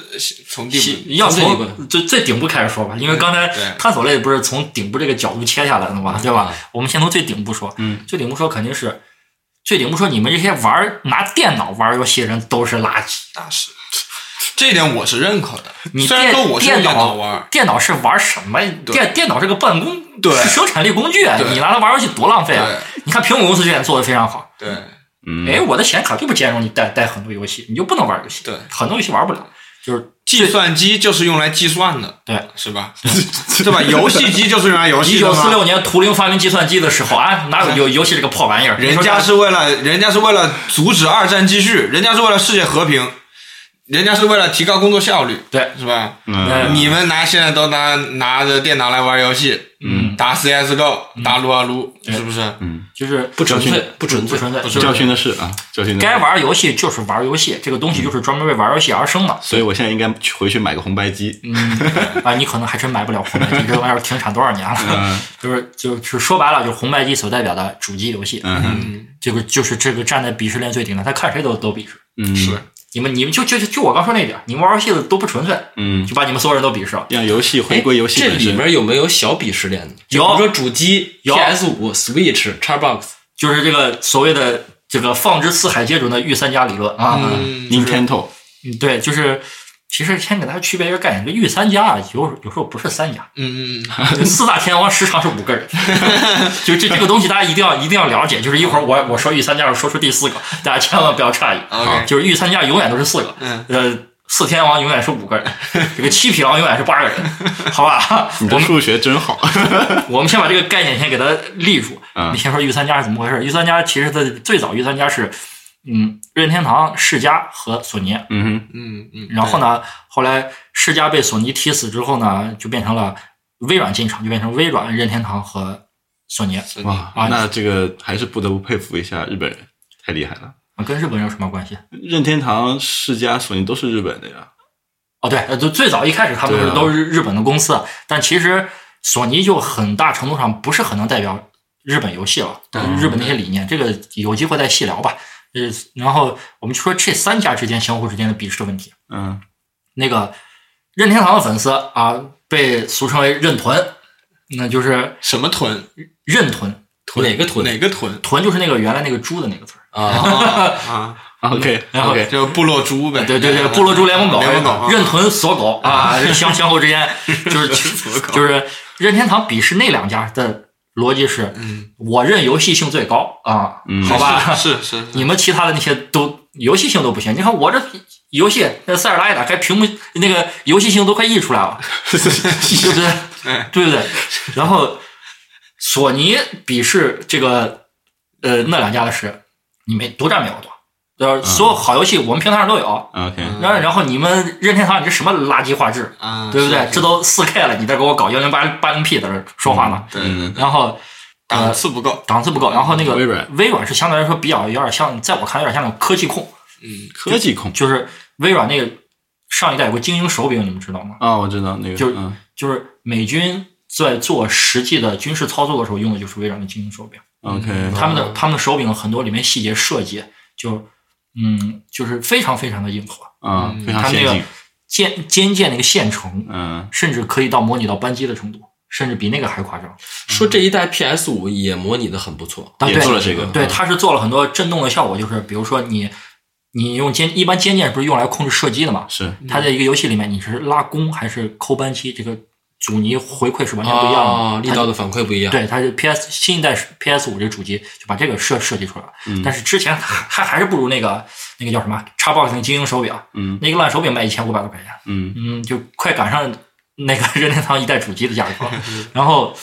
Speaker 3: 从第
Speaker 4: 要
Speaker 1: 从最
Speaker 4: 从最最顶部开始说吧，因为刚才
Speaker 3: 对嗯对
Speaker 4: 探索类不是从顶部这个角度切下来的嘛，对吧？我们先从最顶部说，
Speaker 2: 嗯，
Speaker 4: 最顶部说肯定是最顶部说你们这些玩儿拿电脑玩儿游戏的人都是垃圾，
Speaker 3: 大师，这一点我是认可的。
Speaker 4: 你
Speaker 3: 虽然
Speaker 4: 电
Speaker 3: 说我是用
Speaker 4: 电
Speaker 3: 电脑
Speaker 4: 脑
Speaker 3: 玩儿，
Speaker 4: 电脑是玩什么？
Speaker 3: 对
Speaker 4: 电电脑是个办公，
Speaker 3: 对
Speaker 4: 是生产力工具啊，
Speaker 3: 对
Speaker 4: 你拿它玩儿游戏多浪费啊！
Speaker 3: 对
Speaker 4: 你看苹果公司这点做的非常好，
Speaker 3: 对
Speaker 2: 嗯，
Speaker 4: 哎，我的显卡就不兼容你带带很多游戏，你就不能玩游戏，
Speaker 3: 对
Speaker 4: 很多游戏玩不了，就是
Speaker 3: 计算机就是用来计算的，
Speaker 4: 对，
Speaker 3: 是吧？ 对吧？游戏机就是用来游
Speaker 4: 一
Speaker 3: 戏的
Speaker 4: 九四
Speaker 3: 嘛。
Speaker 4: 六年图灵发明计算机的时候啊，哪有游游戏这个破玩意儿？
Speaker 3: 人家是为了，人家是为了阻止二战继续，人家是为了世界和平，人家是为了提高工作效率，
Speaker 4: 对，
Speaker 3: 是吧？
Speaker 2: 嗯，
Speaker 3: 你们拿现在都拿拿着电脑来玩游戏，
Speaker 4: 嗯，
Speaker 3: 打 CSGO，打撸啊撸，
Speaker 4: 对
Speaker 3: 是不是？
Speaker 4: 就是
Speaker 1: 不纯粹，不纯
Speaker 4: 不
Speaker 1: 粹，
Speaker 4: 存在，
Speaker 3: 是
Speaker 2: 教训的是啊，教训的是
Speaker 4: 该玩游戏就是玩游戏，这个东西就是专门为玩游戏而生的。
Speaker 2: 所以我现在应该去回去买个红白机。
Speaker 4: 嗯， 啊，你可能还真买不了红白机，这玩意儿停产多少年了？
Speaker 2: 嗯
Speaker 4: 就是就是说白了，就是红白机所代表的主机游戏，
Speaker 2: 嗯
Speaker 4: 这个就是这个站在鄙视链最顶的，他看谁都都鄙视。
Speaker 2: 嗯，
Speaker 3: 是
Speaker 4: 你们你们就就就就我刚说那点儿，你们玩游戏的都不纯粹，
Speaker 2: 嗯，
Speaker 4: 就把你们所有人都鄙视了。
Speaker 2: 让游戏回归游戏
Speaker 1: 哎
Speaker 4: 哎
Speaker 1: 这
Speaker 2: 本
Speaker 1: 里
Speaker 2: 身。
Speaker 1: 面有没有小鄙视链的？
Speaker 4: 有
Speaker 1: 比如说主机、
Speaker 4: 有
Speaker 1: PS 五、Switch、Xbox，
Speaker 4: 就是这个所谓的这个放之四海皆准的御三家理论啊。
Speaker 3: 嗯，
Speaker 2: Nintendo，
Speaker 4: 嗯对，就是其实先给大家区别一个概念，这御三家啊，有有时候不是 三家，
Speaker 3: 嗯嗯
Speaker 4: 就四大天王时常是五 个人，就这这个东西大家一定要一定要了解。就是一会儿我我说御三家，我说出第四个，大家千万不要诧异。
Speaker 3: OK
Speaker 4: 啊就是御三家永远都是四个，
Speaker 3: 嗯
Speaker 4: 呃，四天王永远是五个人， 这个七匹狼永远是八个人，好吧？
Speaker 2: 你的数学真 好。
Speaker 4: 我们先把这个概念先给它立住。
Speaker 2: 嗯
Speaker 4: 你先说御三家是怎么回事？御三家其实它最早御三家是，嗯，任天堂、世嘉和索尼。
Speaker 2: 嗯
Speaker 3: 嗯嗯嗯，
Speaker 4: 然后呢，后来世嘉被索尼踢死之后呢，就变成了微软进场，就变成微软、任天堂和索尼。
Speaker 3: 是
Speaker 2: 哼，
Speaker 3: 的？
Speaker 2: 哇
Speaker 4: 啊，
Speaker 2: 那这个还是不得不佩服一下日本人，太厉害了。
Speaker 4: 啊跟日本人有什么关系？
Speaker 2: 任天堂、世嘉、索尼都是日本的呀。
Speaker 4: 哦，对，呃就最早一开始他们
Speaker 2: 对啊
Speaker 4: 都是日本的公司，啊但其实索尼就很大程度上不是很能代表日本游戏了，日本那些理念，这个有机会再细聊吧。呃，然后我们就说这三家之间相互之间的鄙视问题。
Speaker 2: 嗯，
Speaker 4: 那个任天堂的粉丝啊，被俗称为“任豚”，那就是
Speaker 3: 什么臀？
Speaker 4: 任豚，
Speaker 1: 哪个臀
Speaker 3: 哪个臀？
Speaker 4: 豚就是那个原来那个猪的那个词儿。
Speaker 1: 啊？
Speaker 3: 啊，
Speaker 2: OK
Speaker 4: 然后
Speaker 2: OK，
Speaker 3: 就部落猪呗。
Speaker 4: 对对对，部落猪联盟狗，
Speaker 3: 联盟狗，
Speaker 4: 任豚锁狗 啊，相相互之间就是就是任天堂鄙视那两家的逻辑是，
Speaker 3: 嗯，
Speaker 4: 我认游戏性最高啊，
Speaker 2: 嗯
Speaker 4: 好吧，
Speaker 3: 是是是，
Speaker 4: 你们其他的那些都游戏性都不行，你看我这游戏那塞尔达一打开屏幕，那个游戏性都快溢出 来了，对不对？
Speaker 3: 哎，
Speaker 4: 对不对？然后索尼鄙视这个呃那两家的是，你们独占没有多。呃，所有好游戏我们平台上都有，
Speaker 2: 啊 OK，
Speaker 3: 嗯
Speaker 4: 然后，然后你们任天堂，你这什么垃圾画质，
Speaker 3: 啊，
Speaker 2: 嗯
Speaker 4: 对不对？
Speaker 3: 是
Speaker 4: 这都四 K 了，你再给我搞幺零八八零 P 在这儿说话呢？
Speaker 3: 对
Speaker 2: 嗯
Speaker 4: 然后
Speaker 3: 档次不够，
Speaker 4: 档次不够，然后那个
Speaker 2: 微软
Speaker 4: 微软是相对来说比较有点像，在我看有点像那种科技控，
Speaker 3: 嗯，
Speaker 2: 科技控
Speaker 4: 就是微软那个上一代有个精英手柄，你们知道吗？
Speaker 2: 啊，我知道那个，
Speaker 4: 就是
Speaker 2: 嗯
Speaker 4: 就是美军在做实际的军事操作的时候用的就是微软的精英手柄，
Speaker 2: OK，
Speaker 4: 他们的他们的手柄很多里面细节设计就嗯就是非常非常的硬核，
Speaker 2: 啊，
Speaker 3: 嗯
Speaker 2: 非常
Speaker 4: 他们
Speaker 2: 先
Speaker 4: 那
Speaker 2: 进
Speaker 4: 个。肩肩键那个线程，
Speaker 2: 嗯，
Speaker 4: 甚至可以到模拟到扳机的程度，甚至比那个还夸张。
Speaker 1: 说这一代 PS 五也模拟的很不错，
Speaker 4: 啊
Speaker 2: 也
Speaker 4: 对
Speaker 2: 做了这个。嗯
Speaker 4: 对，它是做了很多震动的效果，就是比如说你你用肩，一般肩键不是用来控制射击的嘛？
Speaker 2: 是
Speaker 4: 它在一个游戏里面，你是拉弓还是扣扳机，这个阻尼回馈是完全不一样的，
Speaker 1: 哦力
Speaker 4: 它
Speaker 1: 道的反馈不一样。，
Speaker 4: 对，它是 PS 新一代 PS 五这个主机就把这个设设计出来了，但是之前它它还是不如那个那个叫什么 Xbox 那个精英手表，
Speaker 2: 嗯
Speaker 4: 那个烂手表卖一千五百多块钱，
Speaker 2: 嗯
Speaker 4: 嗯，就快赶上那个 任天堂一代主机的价格了。然后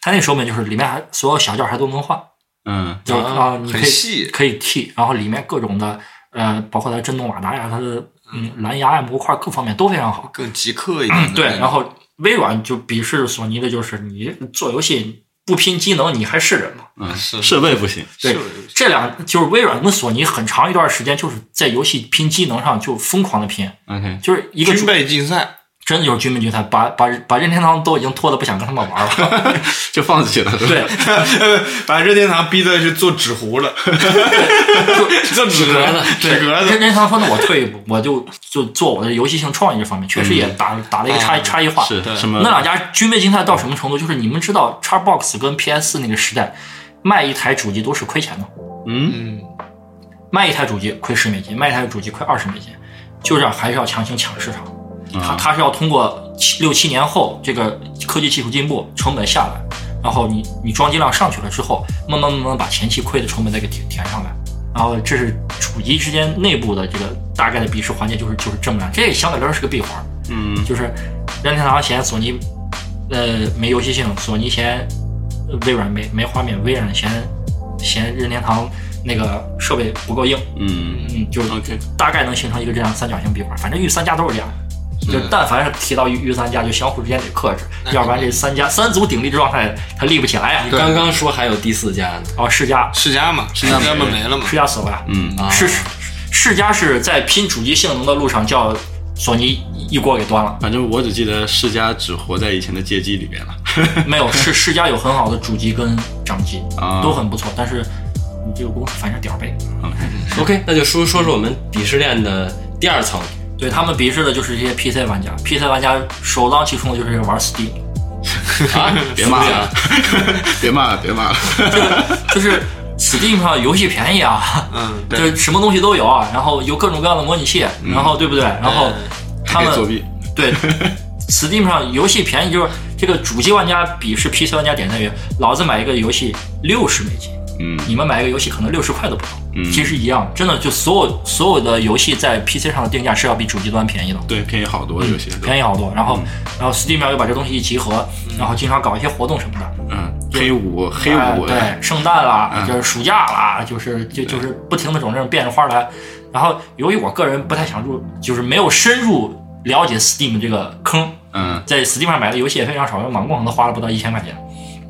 Speaker 4: 它那个手柄就是里面还所有小件还都能换，
Speaker 2: 嗯
Speaker 4: 就是
Speaker 1: 啊
Speaker 4: 啊，你可
Speaker 3: 很
Speaker 4: 以
Speaker 3: 细
Speaker 4: 可以剃，然后里面各种的呃，包括它的震动马达呀，它的嗯蓝牙呀、模块各方面都非常好。
Speaker 3: 更极客一点的那种。
Speaker 4: 对，然后微软就鄙视索尼的就是你做游戏不拼机能，你还是人吗？
Speaker 2: 嗯，
Speaker 3: 是
Speaker 2: 设备不行，
Speaker 4: 对
Speaker 3: 是
Speaker 4: 这两就是微软跟索尼很长一段时间就是在游戏拼机能上就疯狂的拼，
Speaker 2: OK，
Speaker 4: 就是一个主
Speaker 3: 军备竞赛，
Speaker 4: 真的就是军备竞赛，把把把任天堂都已经拖得不想跟他们玩了。
Speaker 2: 就放弃了。 对，
Speaker 4: 对，
Speaker 3: 把任天堂逼的去做纸糊了， 做纸
Speaker 1: 纸
Speaker 3: 壳
Speaker 1: 壳了
Speaker 3: 了， 纸壳
Speaker 4: 任
Speaker 3: 了。
Speaker 4: 天堂说那我退一步，我就就做我的游戏性创意这方面，确实也打、打了一个差异差异化。
Speaker 2: 嗯是
Speaker 3: 对
Speaker 2: 什么？
Speaker 4: 那两家军备竞赛到什么程度？就是你们知道，Xbox 跟 PS 那个时代，卖一台主机都是亏钱的，
Speaker 2: 嗯
Speaker 3: 嗯，
Speaker 4: 卖一台主机亏十美金，卖一台主机亏二十美金，就这样还是要强行抢市场。它
Speaker 2: 啊，
Speaker 4: 它是要通过七六七年后这个科技技术进步，成本下来，然后你你装机量上去了之后，慢慢慢慢把前期亏的成本再给填填上来，然后这是主机之间内部的这个大概的比试环节，就是就是这么样，这也相对来说是个闭环，
Speaker 2: 嗯
Speaker 4: 就是任天堂嫌索尼呃没游戏性，索尼嫌呃微软没没画面，微软嫌嫌任天堂那个设备不够硬，
Speaker 2: 嗯
Speaker 4: 嗯，就是
Speaker 2: OK
Speaker 4: 大概能形成一个这样三角形闭环。反正御三家都是这样，就
Speaker 2: 嗯
Speaker 4: 但凡是提到御御三家，就相互之间得克制，
Speaker 3: 那
Speaker 4: 要不然这三家三足鼎立的状态它立不起来呀。
Speaker 1: 刚刚说还有第四家呢，
Speaker 4: 哦，世嘉，
Speaker 3: 世嘉嘛，世
Speaker 2: 嘉
Speaker 3: 嘉嘛
Speaker 2: 没
Speaker 3: 没了嘛
Speaker 4: 世，嘉死了呀。
Speaker 2: 嗯，
Speaker 1: 啊
Speaker 4: 世世嘉是在拼主机性能的路上叫索尼一锅给端了
Speaker 2: 反正我只记得世嘉只活在以前的街机里面了。
Speaker 4: 没有世世嘉有很好的主机跟掌机
Speaker 2: 啊
Speaker 4: 都很不错，但是你这个公司反正点儿背。
Speaker 1: OK，那就说说说我们鄙视链的第二 层，
Speaker 4: 对他们鄙视的就是这些 PC 玩家，PC 玩家首当其冲的就是玩 Steam，
Speaker 1: 啊，
Speaker 2: 别骂
Speaker 1: 苏联
Speaker 2: 了， 别骂了，别骂了。
Speaker 4: 就是 Steam 上游戏便宜啊，
Speaker 3: 嗯，
Speaker 4: 就
Speaker 3: 对，
Speaker 4: 是什么东西都有啊，然后有各种各样的模拟器，然后对不对？然后他
Speaker 2: 嗯哎还可以作
Speaker 4: 们
Speaker 2: 弊。嗯
Speaker 4: 对 Steam 上游戏便宜，就是这个主机玩家鄙视 PC 玩家点在于，老子买一个游戏六十美金，
Speaker 2: 嗯
Speaker 4: 你们买一个游戏可能六十块都不到，
Speaker 2: 嗯
Speaker 4: 其实一样，真的就所有所有的游戏在 PC 上的定价是要比主机端便宜的。
Speaker 2: 对，便宜好多有些。
Speaker 4: 嗯便宜好多，然后，然后 Steam 上又把这东西一集合，然后经常搞一些活动什么的，
Speaker 2: 嗯，黑五黑五
Speaker 4: 哎对，圣诞啦
Speaker 2: 嗯，
Speaker 4: 就是暑假啦，就是就就是不停的种这种变着花来。然后，由于我个人不太想入，就是没有深入了解 Steam 这个坑，
Speaker 2: 嗯，
Speaker 4: 在 Steam 上买的游戏也非常少，网共可能花了不到一千块钱，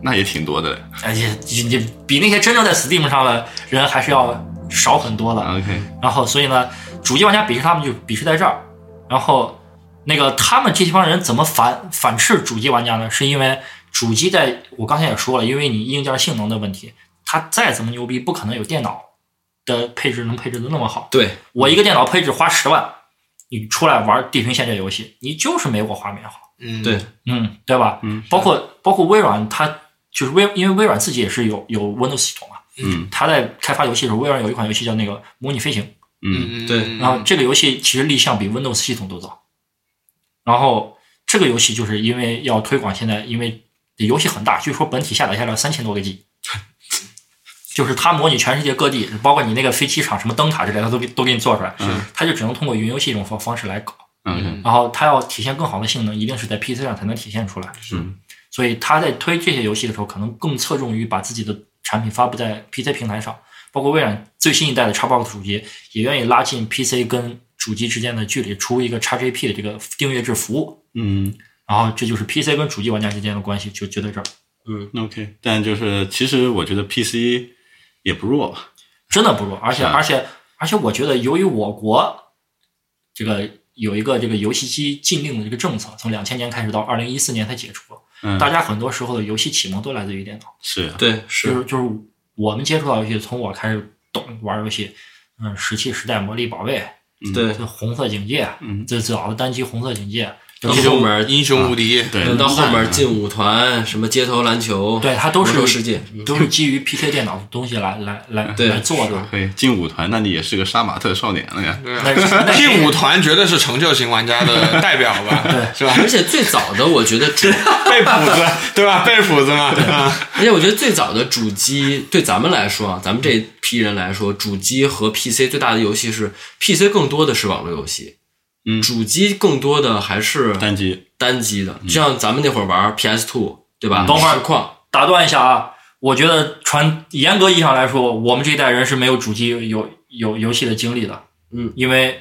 Speaker 2: 那也挺多的。
Speaker 4: 而且也也比那些真正在 Steam 上的人还是要少很多的。
Speaker 2: OK，
Speaker 4: 然后，所以呢，主机玩家鄙视他们就鄙视在这儿。然后，那个他们这帮人怎么反反斥主机玩家呢？是因为主机在我刚才也说了，因为你硬件性能的问题，它再怎么牛逼，不可能有电脑的配置能配置的那么好。
Speaker 1: 对，
Speaker 4: 我一个电脑配置花十万，你出来玩《地平线》这游戏，你就是没我画面好。
Speaker 3: 嗯，
Speaker 1: 对
Speaker 4: 嗯，对吧？
Speaker 2: 嗯，
Speaker 4: 包括包括微软，它就是微，因为微软自己也是有有 Windows 系统嘛。
Speaker 2: 嗯，
Speaker 4: 它在开发游戏的时候，微软有一款游戏叫那个《模拟飞行》，
Speaker 2: 嗯
Speaker 3: 嗯，
Speaker 1: 对
Speaker 4: 然后这个游戏其实立项比 Windows 系统都早。然后这个游戏就是因为要推广，现在因为游戏很大，据说本体下载下来三千多个 G，就是它模拟全世界各地，包括你那个飞机场、什么灯塔之类的，它都给都给你做出来。它就只能通过云游戏这种方方式来搞。
Speaker 2: OK，
Speaker 4: 然后它要体现更好的性能，一定是在 PC 上才能体现出来。
Speaker 2: 嗯
Speaker 4: 所以他在推这些游戏的时候，可能更侧重于把自己的产品发布在 PC 平台上，包括微软最新一代的 Xbox 主机也愿意拉近 PC 跟主机之间的距离，出一个 XGP 的这个订阅制服务。
Speaker 2: 嗯
Speaker 4: 然后这就是 PC 跟主机玩家之间的关系，就就在这儿，
Speaker 2: OK，但就是其实我觉得 PC 也不弱吧。
Speaker 4: 真的不弱。而且
Speaker 2: 是啊
Speaker 4: 而且而且，我觉得由于我国这个有一个这个游戏机禁令的这个政策，从两千年开始到二零一四年才解除，
Speaker 2: 嗯，
Speaker 4: 大家很多时候的游戏启蒙都来自于电脑。
Speaker 2: 是啊
Speaker 1: 对，
Speaker 4: 就是是就是我们接触到游戏，从我开始懂玩游戏，嗯，石器时代、魔力宝贝、
Speaker 1: 对
Speaker 4: 这红色警戒，
Speaker 2: 嗯
Speaker 4: 最最早的单机红色警戒，
Speaker 1: 到
Speaker 3: 英
Speaker 1: 后
Speaker 3: 雄啊
Speaker 1: 面
Speaker 3: 英雄无敌，
Speaker 2: 对
Speaker 1: 到后面进舞团，什么街头篮球，
Speaker 4: 对它都
Speaker 1: 魔兽
Speaker 4: 是
Speaker 1: 世界，
Speaker 4: 都是基于 PK 电脑的东西来来来
Speaker 1: 对
Speaker 4: 来做的。
Speaker 2: 可以进舞团，那你也是个杀马特少年了呀。
Speaker 3: 对
Speaker 4: 那是
Speaker 3: 啊， 劲舞团绝对是成就型玩家 的代表吧，对，是吧？
Speaker 1: 而且最早的我觉得主，
Speaker 3: 背谱子， 对吧？背谱子嘛，啊对吧？
Speaker 1: 而且我觉得最早的主机对咱们来说啊，咱们这一批人来说，主机和 PC 最大的游戏是 PC 更多的是网络游戏，
Speaker 2: 嗯
Speaker 1: 主机更多的还是
Speaker 2: 单机
Speaker 1: 单机
Speaker 2: 嗯
Speaker 1: 的，就像咱们那会儿玩 PS Two，对吧？
Speaker 4: 等会儿
Speaker 1: 实况，
Speaker 4: 打断一下啊，我觉得传严格意义上来说，我们这一代人是没有主机有有游戏的经历的。
Speaker 1: 嗯，
Speaker 4: 因为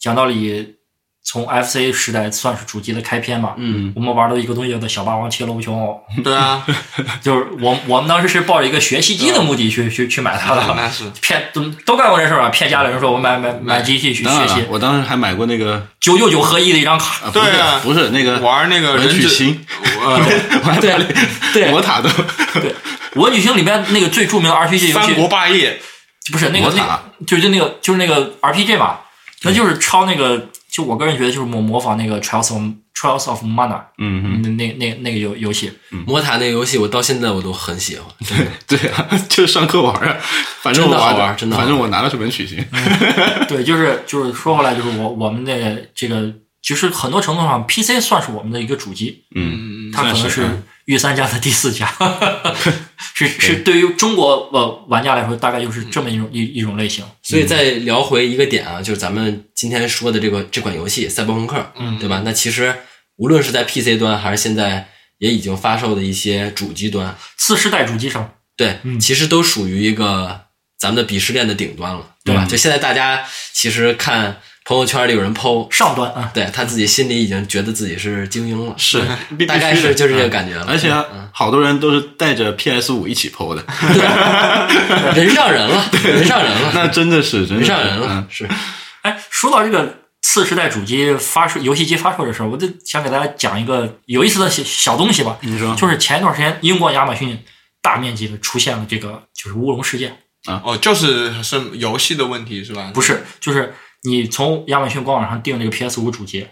Speaker 4: 讲道理，从 FC 时代算是主机的开篇嘛。
Speaker 1: 嗯，
Speaker 4: 我们玩的一个东西叫做小霸王切罗无穷偶，
Speaker 3: 对啊，
Speaker 4: 就是我我们当时是抱着一个学习机的目的去去去买它的，
Speaker 3: 那是
Speaker 4: 骗都都干过这事儿吧？骗家里人说我买买买机器去
Speaker 2: 当
Speaker 4: 学
Speaker 2: 然了
Speaker 4: 习，，
Speaker 2: 我当时还买过那个，
Speaker 4: 九九九合一的一张卡，
Speaker 2: 啊不是
Speaker 3: 对啊
Speaker 2: 不是那个
Speaker 3: 玩那个
Speaker 2: 文
Speaker 3: 人
Speaker 2: 曲
Speaker 3: 质，
Speaker 2: 星，
Speaker 3: 呃，
Speaker 2: 我还
Speaker 1: 对
Speaker 2: 把那
Speaker 1: 对
Speaker 2: 魔塔都
Speaker 4: 我女星里面那个最著名的 RPG 游
Speaker 3: 三
Speaker 4: 戏
Speaker 3: 国霸业，
Speaker 4: 不是那个
Speaker 2: 魔
Speaker 4: 那
Speaker 2: 塔
Speaker 4: 个，就是那个就是那个 RPG 嘛，那就是抄那个，就我个人觉得就是模模仿那个 Trials of Trials of Mana
Speaker 2: 嗯嗯，
Speaker 4: 那那那那个游游戏，
Speaker 2: 嗯
Speaker 1: 魔塔那个游戏我到现在我都很喜欢，
Speaker 2: 对啊，就是上课玩啊，反正我
Speaker 1: 真的好
Speaker 2: 玩
Speaker 1: 玩真的好玩嗯
Speaker 2: 反正我拿的是文曲星，
Speaker 4: 对，就是就是说回来就是我我们的这个，其实很多程度上 PC 算是我们的一个主机，
Speaker 2: 嗯，
Speaker 3: 嗯，
Speaker 4: 它可能
Speaker 2: 算是
Speaker 4: 是御三家的第 四家，是是对于中国呃玩家来说，大概就是这么一种一一种类型。
Speaker 1: 所
Speaker 2: 嗯
Speaker 1: 以再聊回一个点啊，就是咱们今天说的这个这款游戏《赛博朋克》，
Speaker 3: 嗯
Speaker 1: 对吧？那其实无论是在 PC 端还是现在也已经发售的一些主机端，
Speaker 4: 次世代主机上，
Speaker 1: 对，
Speaker 4: 嗯
Speaker 1: 其实都属于一个咱们的鄙视链的顶端了，对
Speaker 2: 嗯
Speaker 1: 吧？就现在大家其实看朋友圈里有人 PO，
Speaker 4: 上端啊，
Speaker 1: 对他自己心里已经觉得自己是精英了，
Speaker 2: 是必
Speaker 1: 大概
Speaker 2: 必须
Speaker 1: 是
Speaker 2: 的
Speaker 1: 就是这个
Speaker 2: 嗯
Speaker 1: 感觉了
Speaker 2: 而且啊好多人都是带着 PS 五一起 PO 的，
Speaker 1: 人上人了，人上人 了，
Speaker 2: 那真的是真的
Speaker 1: 人
Speaker 2: 是
Speaker 1: 上人了
Speaker 2: 嗯，
Speaker 1: 是
Speaker 4: 哎，说到这个次世代主机发售、游戏机发售的事儿，我就想给大家讲一个有意思的小小东西吧。
Speaker 2: 你说
Speaker 4: 就是前一段时间，英国亚马逊大面积的出现了这个就是乌龙事件，
Speaker 3: 哦，就是是游戏的问题是吧？
Speaker 4: 不
Speaker 3: 是，
Speaker 4: 是，就是你从亚马逊官网上订这个 PS 五主机，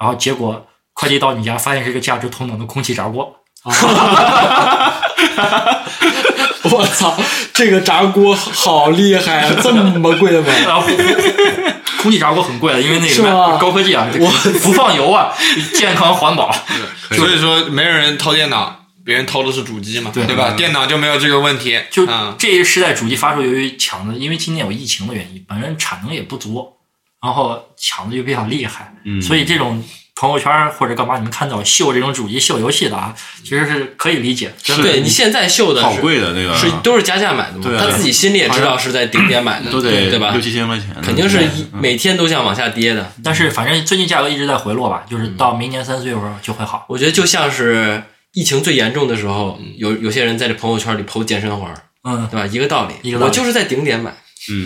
Speaker 4: 然后结果快递到你家，发现是一个价值同等的空气炸锅。
Speaker 1: 我操，这个炸锅好厉害啊！ 这么贵吗？
Speaker 4: 然后空气炸锅很贵的，因为那
Speaker 1: 是
Speaker 4: 个
Speaker 1: 吗
Speaker 4: 高科技啊，不放油啊，健康环保。
Speaker 3: 所以说没有人偷电脑，别人偷的是主机嘛，
Speaker 4: 对
Speaker 3: 对吧？电脑就没有这个问题，
Speaker 4: 就
Speaker 3: 啊，
Speaker 4: 这一时代主机发售，由于抢的，因为今年有疫情的原因，本身产能也不足，然后抢的就比较厉害，
Speaker 2: 嗯
Speaker 4: 所以这种朋友圈或者干嘛，你们看到秀这种主机秀游戏的啊，其实是可以理解。真的
Speaker 1: 对你现在秀的
Speaker 2: 好
Speaker 1: 是啊
Speaker 2: 贵的那个，
Speaker 1: 是都是加价买的嘛
Speaker 2: 对，啊
Speaker 1: 他自己心里也知道是在顶点买的，
Speaker 2: 都得
Speaker 1: 对吧嗯
Speaker 2: 六？七千块钱，
Speaker 1: 肯定是一每天都想往下跌的。
Speaker 4: 但是反正最近价格一直在回落吧，就是到明年三四月份就会好。
Speaker 1: 我觉得就像是疫情最严重的时候，有有些人在这朋友圈里剖健身环，
Speaker 4: 嗯，
Speaker 1: 对吧？一个道理，
Speaker 4: 一个道理
Speaker 1: 我就是在顶点买，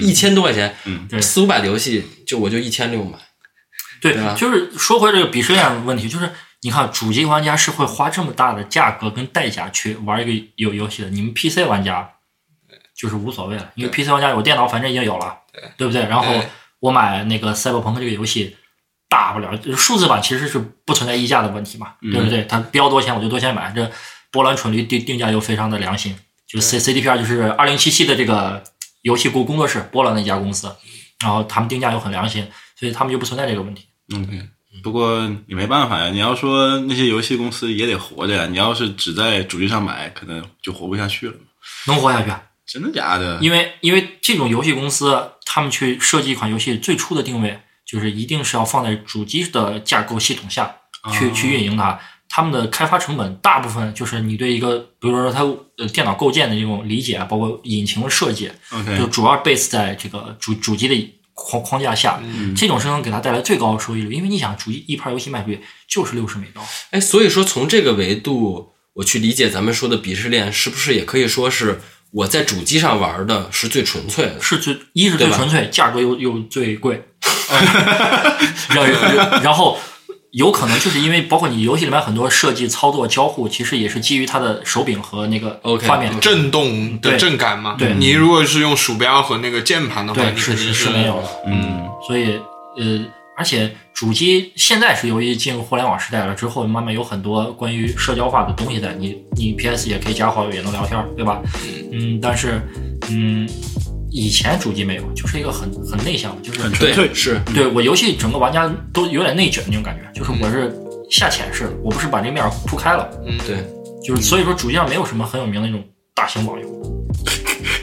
Speaker 1: 一
Speaker 2: 嗯，
Speaker 1: 千多块钱，
Speaker 2: 嗯
Speaker 4: 对
Speaker 1: 四五百的游戏就我就一千六买，
Speaker 4: 对，
Speaker 1: 对啊
Speaker 4: 就是说回这个鄙视链问题，就是你看主机玩家是会花这么大的价格跟代价去玩一个游游戏的，你们 PC 玩家就是无所谓了，因为 PC 玩家有电脑，反正已经有了，对不对？然后
Speaker 3: 对
Speaker 4: 我买那个《赛博朋克》这个游戏，大不了数字版其实是不存在溢价的问题嘛，对不对？它标多钱我就多钱买，这波兰蠢驴定定价又非常的良心，就是 C C D P R 就是二零七七的这个游戏工工作室，波兰的一家公司，然后他们定价又很良心，所以他们就不存在这个问题。
Speaker 2: OK，不嗯过也没办法呀，你要说那些游戏公司也得活着呀，你要是只在主机上买，可能就活不下去了嘛。
Speaker 4: 能活下去，
Speaker 2: 真的假的？
Speaker 4: 因为因为这种游戏公司，他们去设计一款游戏最初的定位，就是一定是要放在主机的架构系统下去、去运营它。他们的开发成本大部分就是你对一个，比如说它呃电脑构建的这种理解，啊包括引擎的设计，就
Speaker 2: OK，
Speaker 4: 主要 base 在这个主主机的框框架下。这种是能给它带来最高的收益率，因为你想，主机一盘游戏卖出去就是六十美刀，
Speaker 1: 哎，所以说从这个维度，我去理解咱们说的鄙视链，是不是也可以说是我在主机上玩的是最纯粹的？
Speaker 4: 是最一是
Speaker 1: 对
Speaker 4: 最
Speaker 1: 吧
Speaker 4: 纯粹，价格又又最贵， 然后然后有可能就是因为包括你游戏里面很多设计、操作、交互，其实也是基于它的手柄和那个
Speaker 1: OK，
Speaker 4: 画面。
Speaker 1: OK
Speaker 3: 震动的
Speaker 4: 对
Speaker 3: 震感嘛。
Speaker 4: 对
Speaker 3: 你如果是用鼠标和那个键盘的话，
Speaker 4: 对
Speaker 3: 你
Speaker 4: 是
Speaker 3: 肯定
Speaker 4: 是是没有的，
Speaker 2: 嗯，
Speaker 4: 所以呃，而且主机现在是由于进入互联网时代了之后，慢慢有很多关于社交化的东西在，你你 PS 也可以加好友，也能聊天，对吧？嗯，但是嗯，以前主机没有，就是一个很很内向的，就是
Speaker 2: 很纯粹，
Speaker 1: 是
Speaker 4: 对我游戏整个玩家都有点内卷那种感觉，就是我是下潜式的，我不是把这面儿铺开了，
Speaker 3: 嗯，
Speaker 1: 对，
Speaker 4: 就是所以说主机上没有什么很有名的那种大型网游，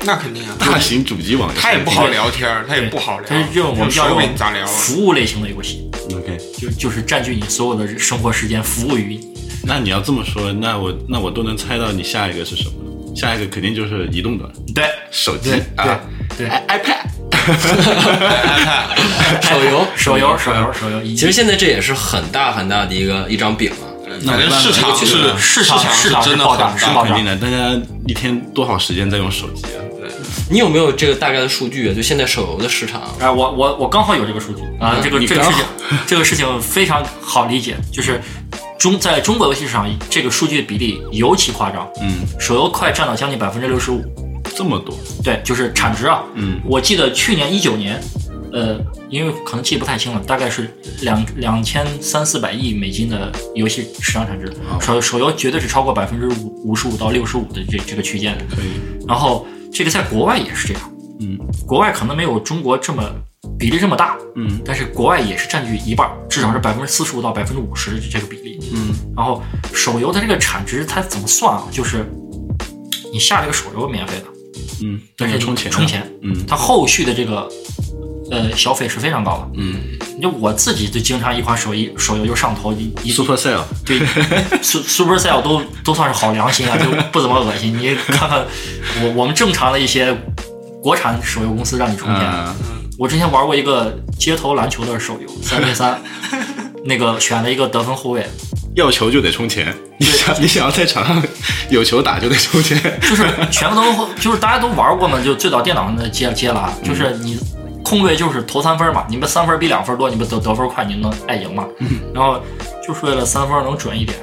Speaker 3: 那肯定啊，
Speaker 2: 大型主机网游，
Speaker 3: 他也不好聊天儿，他也不好聊，
Speaker 4: 它是这种我们
Speaker 3: 手
Speaker 4: 叫
Speaker 3: 柄
Speaker 4: 用
Speaker 3: 咋聊啊？
Speaker 4: 服务类型的游戏，
Speaker 2: OK，
Speaker 4: 就就是占据你所有的生活时间，服务于你。
Speaker 2: 那你要这么说，那我那我都能猜到你下一个是什么，下一个肯定就是移动端
Speaker 4: 对
Speaker 2: 手机
Speaker 4: 对
Speaker 2: 啊
Speaker 4: 对对，
Speaker 2: ，i iPad。
Speaker 1: 哎手游。
Speaker 4: 手游手游手游，以及
Speaker 1: 其实现在这也是很大很大的一个一张饼啊，
Speaker 3: 反正市场
Speaker 1: 我觉
Speaker 3: 是
Speaker 1: 得
Speaker 4: 市场
Speaker 3: 是
Speaker 4: 市场是
Speaker 3: 真的
Speaker 4: 爆炸
Speaker 3: 很
Speaker 4: 是
Speaker 3: 大
Speaker 4: 爆，
Speaker 2: 肯定的，大家一天多少时间在用手机啊？
Speaker 1: 你有没有这个大概的数据啊？就现在手游的市场，
Speaker 4: 啊，我我我刚好有这个数据啊，这个
Speaker 2: 你
Speaker 4: 这个
Speaker 2: 刚
Speaker 4: 事
Speaker 2: 好
Speaker 4: 情，这个事情非常好理解，就是中在中国游戏市场这个数据比例尤其夸张，
Speaker 2: 嗯，
Speaker 4: 手游快占到将近百分之六十五，
Speaker 2: 这么多，
Speaker 4: 对，就是产值啊，
Speaker 2: 嗯，
Speaker 4: 我记得去年一九年，呃，因为可能记不太清了，大概是两两千三四百亿美金的游戏市场产值，
Speaker 2: 啊
Speaker 4: 手手游绝对是超过百分之五五十五到六十五的这这个区间的，
Speaker 2: 可以，
Speaker 4: 然后这个在国外也是这样，
Speaker 2: 嗯
Speaker 4: 国外可能没有中国这么比例这么大，
Speaker 2: 嗯
Speaker 4: 但是国外也是占据一半儿，至少是百分之四十五到百分之五十这个比例。
Speaker 2: 嗯，
Speaker 4: 然后手游它这个产值它怎么算啊？就是你下这个手游免费的，
Speaker 2: 嗯，
Speaker 4: 但是
Speaker 2: 要
Speaker 4: 你
Speaker 2: 充钱，
Speaker 4: 充，钱，
Speaker 2: 嗯
Speaker 4: 它后续的这个呃消费是非常高的。
Speaker 2: 嗯
Speaker 4: 你就我自己就经常一款手游手游就上头一一
Speaker 2: ，Super Sale，
Speaker 4: 对 Su-，Super Cell 都都算是好良心啊，就不怎么恶心。你看看我我们正常的一些国产手游公司让你充钱，
Speaker 2: 啊，
Speaker 4: 我之前玩过一个街头篮球的手游三 v 三，那个选了一个得分后卫，
Speaker 2: 要球就得充钱，你想你想要在场上有球打就得充钱，
Speaker 4: 就是全部都就是大家都玩过嘛，就最早电脑上的接接了啊，就是你控卫就是投三分嘛，你们三分比两分多，你们得得分快，你们能爱赢嘛。然后就是为了三分能准一点，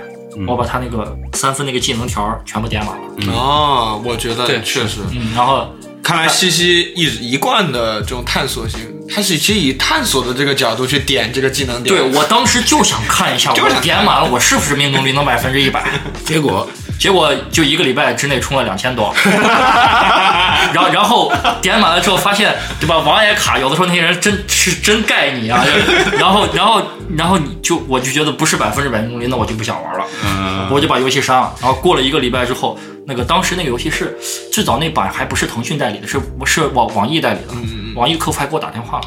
Speaker 4: 我把他那个三分那个技能条儿全部点满了，
Speaker 3: 哦，我觉得
Speaker 1: 对
Speaker 3: 确实，
Speaker 4: 嗯，然后
Speaker 3: 看来西西一一贯的这种探索性，他是其实以探索的这个角度去点这个技能点。
Speaker 4: 对我当时就想看一下，
Speaker 3: 就是
Speaker 4: 我点满了，我是不是命中率能百分之一百？
Speaker 2: 结果
Speaker 4: 结果就一个礼拜之内充了两千多，然后然后点满了之后发现，对吧？网也卡，有的时候那些人真是真盖你啊，然后然后然后你就我就觉得不是百分之百命中率，那我就不想玩了，
Speaker 2: 嗯
Speaker 4: 我就把游戏删了。然后过了一个礼拜之后，那个当时那个游戏是最早那版还不是腾讯代理的，是是网网易代理的，网易客服还给我打电话了，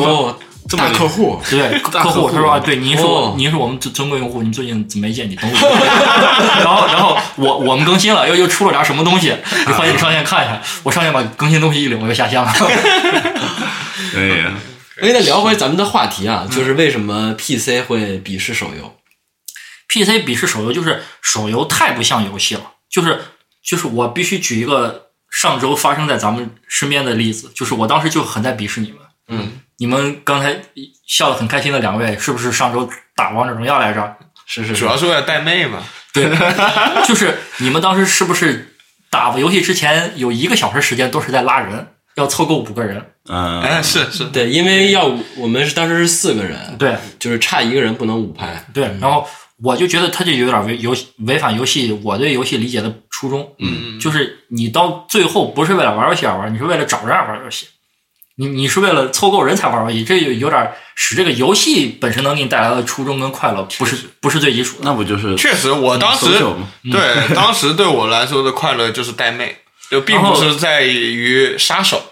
Speaker 1: 哦，
Speaker 2: 这么
Speaker 1: 大客户，
Speaker 4: 对，客
Speaker 2: 客户
Speaker 4: 户他说啊，对，您是我
Speaker 1: 哦
Speaker 4: 您是我们最尊贵用户，您最近怎么没见你登录？ 然后然后我我们更新了，又又出了点什么东西，你欢迎你上线看一下。我上线把更新东西一领，我就下线了。
Speaker 2: 对呀，
Speaker 1: 哎，那聊回咱们的话题啊，
Speaker 2: 嗯
Speaker 1: 就是为什么 PC 会鄙视手游？
Speaker 4: PC 鄙视手游，就是手游太不像游戏了，就是就是我必须举一个上周发生在咱们身边的例子，就是我当时就很在鄙视你们，
Speaker 1: 嗯，
Speaker 4: 你们刚才笑得很开心的两位，是不是上周打王者荣耀来着？
Speaker 1: 是是
Speaker 3: 主
Speaker 1: 是，
Speaker 3: 要是为了带妹嘛。
Speaker 4: 就是你们当时是不是打游戏之前有一个小时时间都是在拉人，要凑够五个人？
Speaker 2: 嗯，
Speaker 3: 哎，是是，
Speaker 1: 对，因为要我们是当时是四个人，
Speaker 4: 对
Speaker 1: 就是差一个人不能五拍，
Speaker 4: 对，然后我就觉得他就有点违游戏违反游戏我对游戏理解的初衷，
Speaker 3: 嗯，
Speaker 4: 就是你到最后不是为了玩游戏而玩，你是为了找人而玩游戏，你你是为了凑够人才玩游戏，这有有点使这个游戏本身能给你带来的初衷跟快乐不是不是最基础的。
Speaker 2: 那不就是
Speaker 3: 确实，我当时
Speaker 2: social 吗
Speaker 3: 对当时对我来说的快乐就是带妹，就并
Speaker 4: 然
Speaker 3: 不
Speaker 4: 后
Speaker 3: 是在于杀手。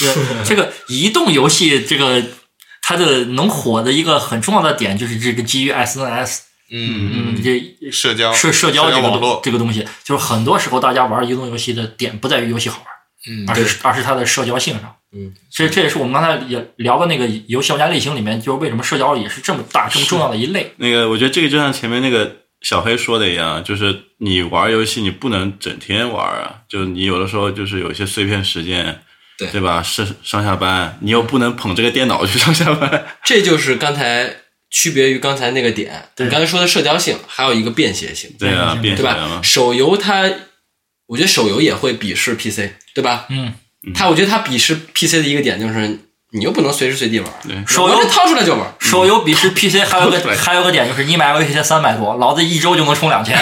Speaker 4: 对，这个移动游戏这个它的能火的一个很重要的点就是这个基于 SNS，
Speaker 3: 嗯，
Speaker 4: 嗯，这
Speaker 3: 社交
Speaker 4: 社社交
Speaker 3: 交
Speaker 4: 这
Speaker 3: 网
Speaker 4: 个
Speaker 3: 络，
Speaker 4: 这个东西，就是很多时候大家玩移动游戏的点不在于游戏好玩，
Speaker 3: 嗯
Speaker 4: 而是而是它的社交性上。
Speaker 1: 嗯，
Speaker 4: 这这也是我们刚才也聊的那个游戏玩家类型里面，就是为什么社交也是这么大这么重要的一类。
Speaker 2: 那个，我觉得这个就像前面那个小黑说的一样，就是你玩游戏你不能整天玩啊，就是你有的时候就是有一些碎片时间，
Speaker 1: 对
Speaker 2: 对吧？是上下班，你又不能捧这个电脑去上下班，
Speaker 1: 这就是刚才区别于刚才那个点。
Speaker 4: 对
Speaker 1: 你刚才说的社交性，还有一个便携性，
Speaker 2: 对啊，
Speaker 4: 对
Speaker 2: 变
Speaker 1: 对
Speaker 2: 形
Speaker 1: 吧？
Speaker 2: 了。
Speaker 1: 手游它，我觉得手游也会鄙视 PC，对吧？
Speaker 4: 嗯，
Speaker 1: 它我觉得它鄙视 PC 的一个点就是你又不能随时随地玩，
Speaker 2: 对
Speaker 1: 我
Speaker 4: 手游
Speaker 1: 就掏出来就玩。
Speaker 4: 手游比是 PC 还有个
Speaker 2: 对
Speaker 4: 还有个点就是你买个游戏才三百多，老子一周就能充两千。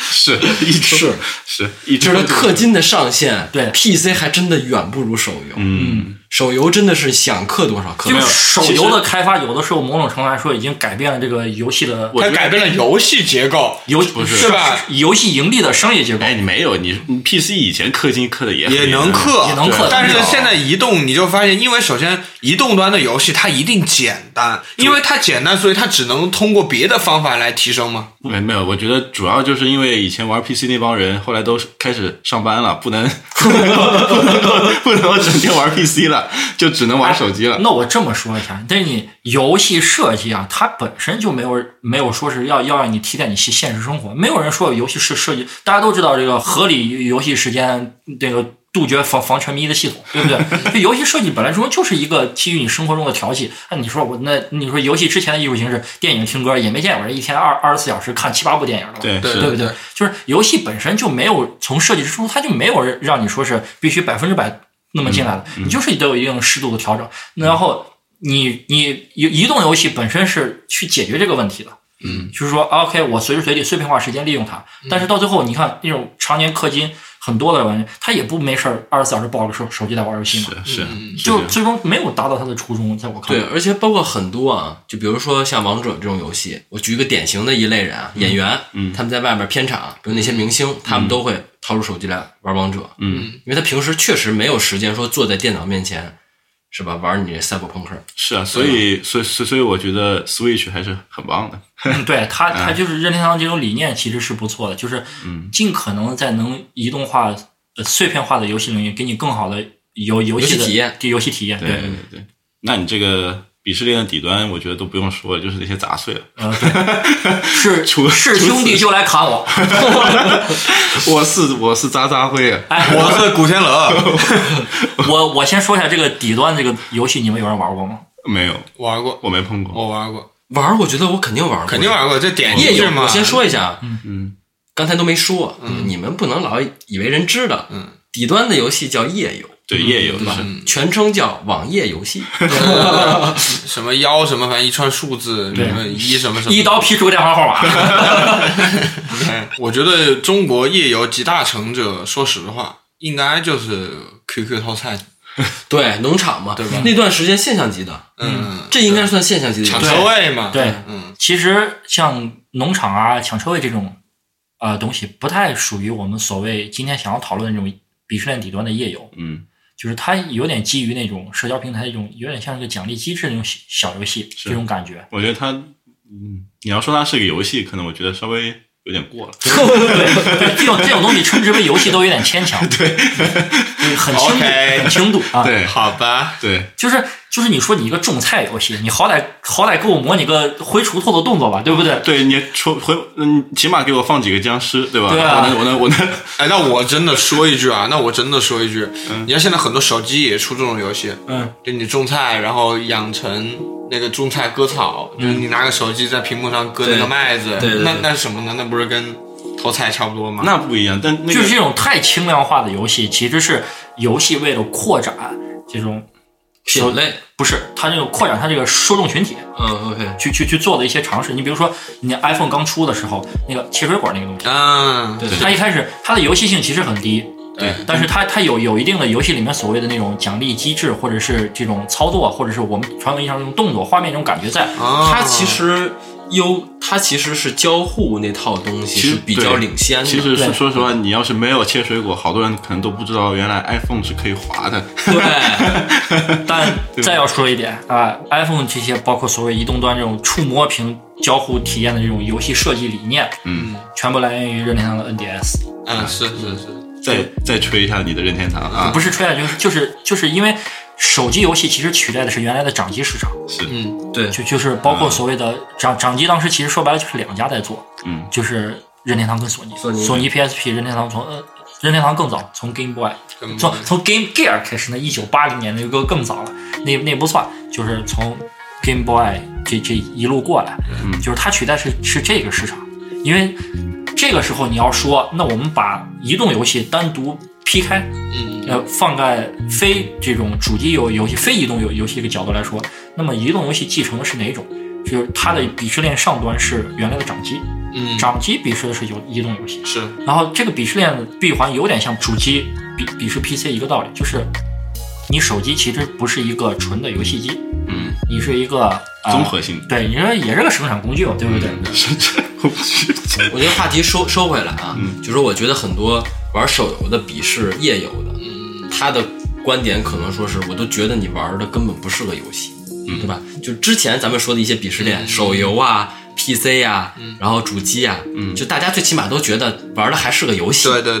Speaker 2: 是 一周
Speaker 1: 是
Speaker 2: 是一
Speaker 1: 这
Speaker 2: 周
Speaker 1: 是
Speaker 2: 就
Speaker 1: 氪金的上限，
Speaker 4: 对
Speaker 1: PC 还真的远不如手游。
Speaker 2: 嗯，
Speaker 1: 手游真的是想氪多少氪
Speaker 4: 就
Speaker 1: 多
Speaker 4: 是
Speaker 1: 少。
Speaker 4: 手游的开发，有的时候某种程度来说已经改变了这个游戏的
Speaker 2: 我
Speaker 3: 它
Speaker 2: 觉得
Speaker 3: 改变了游戏结构，
Speaker 4: 游
Speaker 2: 不是
Speaker 3: 是吧？
Speaker 4: 游戏盈利的商业结构。
Speaker 2: 哎，你没有你你 PC 以前氪金氪的也很
Speaker 3: 也能氪，
Speaker 4: 也能氪
Speaker 3: 但是
Speaker 4: 对
Speaker 3: 现在移动你就发现，因为首先移动端的游戏它一定简单，因为它简单，所以它只能通过别的方法来提升嘛。
Speaker 2: 没没有，我觉得主要就是因为以前玩 PC 那帮人，后来都开始上班了，不能不能够不能够不能够整天玩 PC 了，就只能玩手机了。
Speaker 4: 那我这么说一下，但是你游戏设计啊，它本身就没有没有说是要要让你替代你现现实生活，没有人说游戏是设计，大家都知道这个合理游戏时间这个。杜绝防防沉迷的系统，对不对？ 这游戏设计本来说就是一个基于你生活中的调剂。那你说我那你说游戏之前的艺术形式，电影听歌也没见我这一天二二十四小时看七八部电影了吧？
Speaker 2: 对
Speaker 3: 对
Speaker 2: 是
Speaker 4: 对不对？就是游戏本身就没有从设计之初，它就没有让你说是必须百分之百那么进来的，你就是得有一定适度的调整。那然后你你移移动游戏本身是去解决这个问题的。嗯，就是说啊，OK，我随时随地碎片化时间利用它，但是到最后，你看那种常年氪金很多的人，他也不没事儿二十四小时抱着手手机在玩游戏嘛，
Speaker 2: 是是这
Speaker 4: 嗯就
Speaker 2: 样
Speaker 4: 最终没有达到他的初衷，在我看
Speaker 1: 对，
Speaker 4: 来，
Speaker 1: 而且包括很多啊，就比如说像王者这种游戏，我举一个典型的一类人啊，演员，
Speaker 2: 嗯
Speaker 1: 他们在外面片场，比如那些明星，他们都会掏出手机来玩王者，
Speaker 2: 嗯
Speaker 1: 因为他平时确实没有时间说坐在电脑面前，是吧？玩你这赛博朋克，
Speaker 2: 是啊，所以所以所以所以我觉得 Switch 还是很棒的。
Speaker 4: 嗯对他，他就是任天堂这种理念其实是不错的，就是尽可能在能移动化、呃碎片化的游戏领域，给你更好的游
Speaker 1: 游
Speaker 4: 游戏的
Speaker 1: 戏体验，
Speaker 4: 给游戏体验。
Speaker 2: 对对对，那你这个鄙视链的底端，我觉得都不用说了，就是那些杂碎了。
Speaker 4: 呃，对，是
Speaker 2: 除
Speaker 4: 是
Speaker 2: 除
Speaker 4: 兄弟
Speaker 2: 此
Speaker 4: 就来砍我，
Speaker 2: 我是我是渣渣辉啊，
Speaker 4: 哎，
Speaker 3: 我是古天乐，
Speaker 4: 我我先说一下这个底端这个游戏，你们有人玩过吗？
Speaker 2: 没有，
Speaker 3: 玩过，
Speaker 2: 我没碰过。
Speaker 3: 我玩过，
Speaker 1: 玩儿我觉得我肯定玩儿过，
Speaker 3: 肯定玩过，这点
Speaker 1: 你也
Speaker 3: 进去
Speaker 1: 有。
Speaker 3: 嘛。
Speaker 1: 我先，说一下啊，
Speaker 2: 嗯，
Speaker 1: 刚才都没说，你们不能老以为人知道，
Speaker 3: 嗯
Speaker 1: 底端的游戏叫页游，
Speaker 2: 对，夜游是吧？
Speaker 3: 嗯，
Speaker 1: 全称叫网页游 戏。
Speaker 3: 什么幺什么，反正一串数字，什么一什么什么，
Speaker 4: 一刀劈出个电话号码。
Speaker 3: 哎，我觉得中国夜游集大成者，说实话，应该就是
Speaker 1: 嗯
Speaker 3: QQ 套餐，
Speaker 1: 对，农场嘛，
Speaker 3: 对吧
Speaker 1: 那段时间现象级的，
Speaker 3: 嗯，
Speaker 1: 这应该算现象级的游
Speaker 3: 抢
Speaker 1: 戏。
Speaker 3: 车位嘛，
Speaker 4: 对
Speaker 3: 嗯，
Speaker 4: 其实像农场啊、抢车位这种呃东西，不太属于我们所谓今天想要讨论的这种鄙视链底端的页游。
Speaker 2: 嗯，
Speaker 4: 就是它有点基于那种社交平台一种，有点像是个奖励机制那种小小游戏这种 感觉。
Speaker 2: 我觉得它，嗯，你要说它是个游戏，可能我觉得稍微有点过了。
Speaker 4: 对，这种这种东西称之为游戏都有点 牵强。对，很轻度
Speaker 3: OK
Speaker 4: 很轻度啊。，
Speaker 2: 对
Speaker 3: 好吧，
Speaker 2: 对，
Speaker 4: 就是就是你说你一个种菜游戏，你好歹好歹给我模拟个挥锄头的动作吧，对不对？
Speaker 2: 对你出回，嗯，起码给我放几个僵尸，对吧？
Speaker 4: 对啊
Speaker 2: 我能我能我 能，
Speaker 3: 哎，那我真的说一句啊，那我真的说一句，
Speaker 1: 嗯
Speaker 3: 你看现在很多手机也出这种游戏，
Speaker 4: 嗯，
Speaker 3: 就你种菜，然后养成那个种菜割草，就是你拿个手机在屏幕上割那个
Speaker 1: 对
Speaker 3: 麦子，
Speaker 1: 嗯对对
Speaker 3: 那
Speaker 1: 对
Speaker 3: 那是什么呢？那不是跟偷菜差不多吗？
Speaker 2: 那不一样，但那
Speaker 4: 就是
Speaker 2: 个
Speaker 4: 这种太轻量化的游戏，其实是游戏为了扩展这种
Speaker 1: 品类，
Speaker 4: 不是它这个扩展它这个受众群体。
Speaker 1: 嗯，OK，
Speaker 4: 去去去做的一些尝试，你比如说，你 iPhone 刚出的时候，那个切水果那个东西，
Speaker 3: 嗯，
Speaker 1: 对
Speaker 4: 它一开始它的游戏性其实很低，
Speaker 3: 对，
Speaker 4: 但是它它有有一定的游戏里面所谓的那种奖励机制，或者是这种操作，或者是我们传统意义上那种动作画面那种感觉在。
Speaker 3: 啊，
Speaker 1: 它其实优，它其实是交互那套东西
Speaker 2: 其实
Speaker 1: 是比较领先的。
Speaker 2: 其实
Speaker 4: 对
Speaker 2: 说说实话，你要是没有切水果，好多人可能都不知道原来 iPhone 是可以滑的。
Speaker 1: 对，
Speaker 4: 但再要说一点啊、i p h o n e 这些包括所谓移动端这种触摸屏交互体验的这种游戏设计理念，
Speaker 2: 嗯，
Speaker 4: 全部来源于任天堂的 NDS。
Speaker 3: 嗯，是是是，
Speaker 2: 再再吹一下你的任天堂啊，
Speaker 4: 不是吹啊，就是就是就是因为手机游戏其实取代的是原来的掌机市场，
Speaker 2: 是
Speaker 3: 嗯，
Speaker 1: 对，
Speaker 4: 就就是包括所谓的掌掌机，当时其实说白了就是两家在做，
Speaker 2: 嗯，
Speaker 4: 就是任天堂跟索尼，
Speaker 1: 索尼
Speaker 4: PSP，任天堂从呃任天堂更早，从 Game Boy，
Speaker 3: 根
Speaker 4: 从
Speaker 3: 本
Speaker 4: 从 Game Gear 开始，那一九八零年那个更早了，那那不算，就是从 Game Boy 这这一路过来，就是它取代是是这个市场，因为这个时候你要说，那我们把移动游戏单独劈开，
Speaker 3: 嗯
Speaker 4: 呃，放在非这种主机游游戏、非移动游游戏这个角度来说，那么移动游戏继承的是哪种？就是它的鄙视链上端是原来的掌机，
Speaker 3: 嗯，
Speaker 4: 掌机鄙视的是游移动游戏，
Speaker 3: 是
Speaker 4: 然后这个鄙视链的闭环有点像主机鄙鄙视 PC 一个道理，就是你手机其实不是一个纯的游戏机，
Speaker 2: 嗯，
Speaker 4: 你是一个、呃、
Speaker 2: 综合嗯性
Speaker 4: 对，你说也是个生产工具嘛，哦对不对？
Speaker 2: 是这样，我去，
Speaker 1: 我觉得话题收收回来啊，就是我觉得很多玩手游的鄙视页游的，他的观点可能说是，我都觉得你玩的根本不是个游戏，对吧？就之前咱们说的一些鄙视链，手游啊、PC 啊，然后主机啊，就大家最起码都觉得玩的还是个游戏，
Speaker 3: 对 对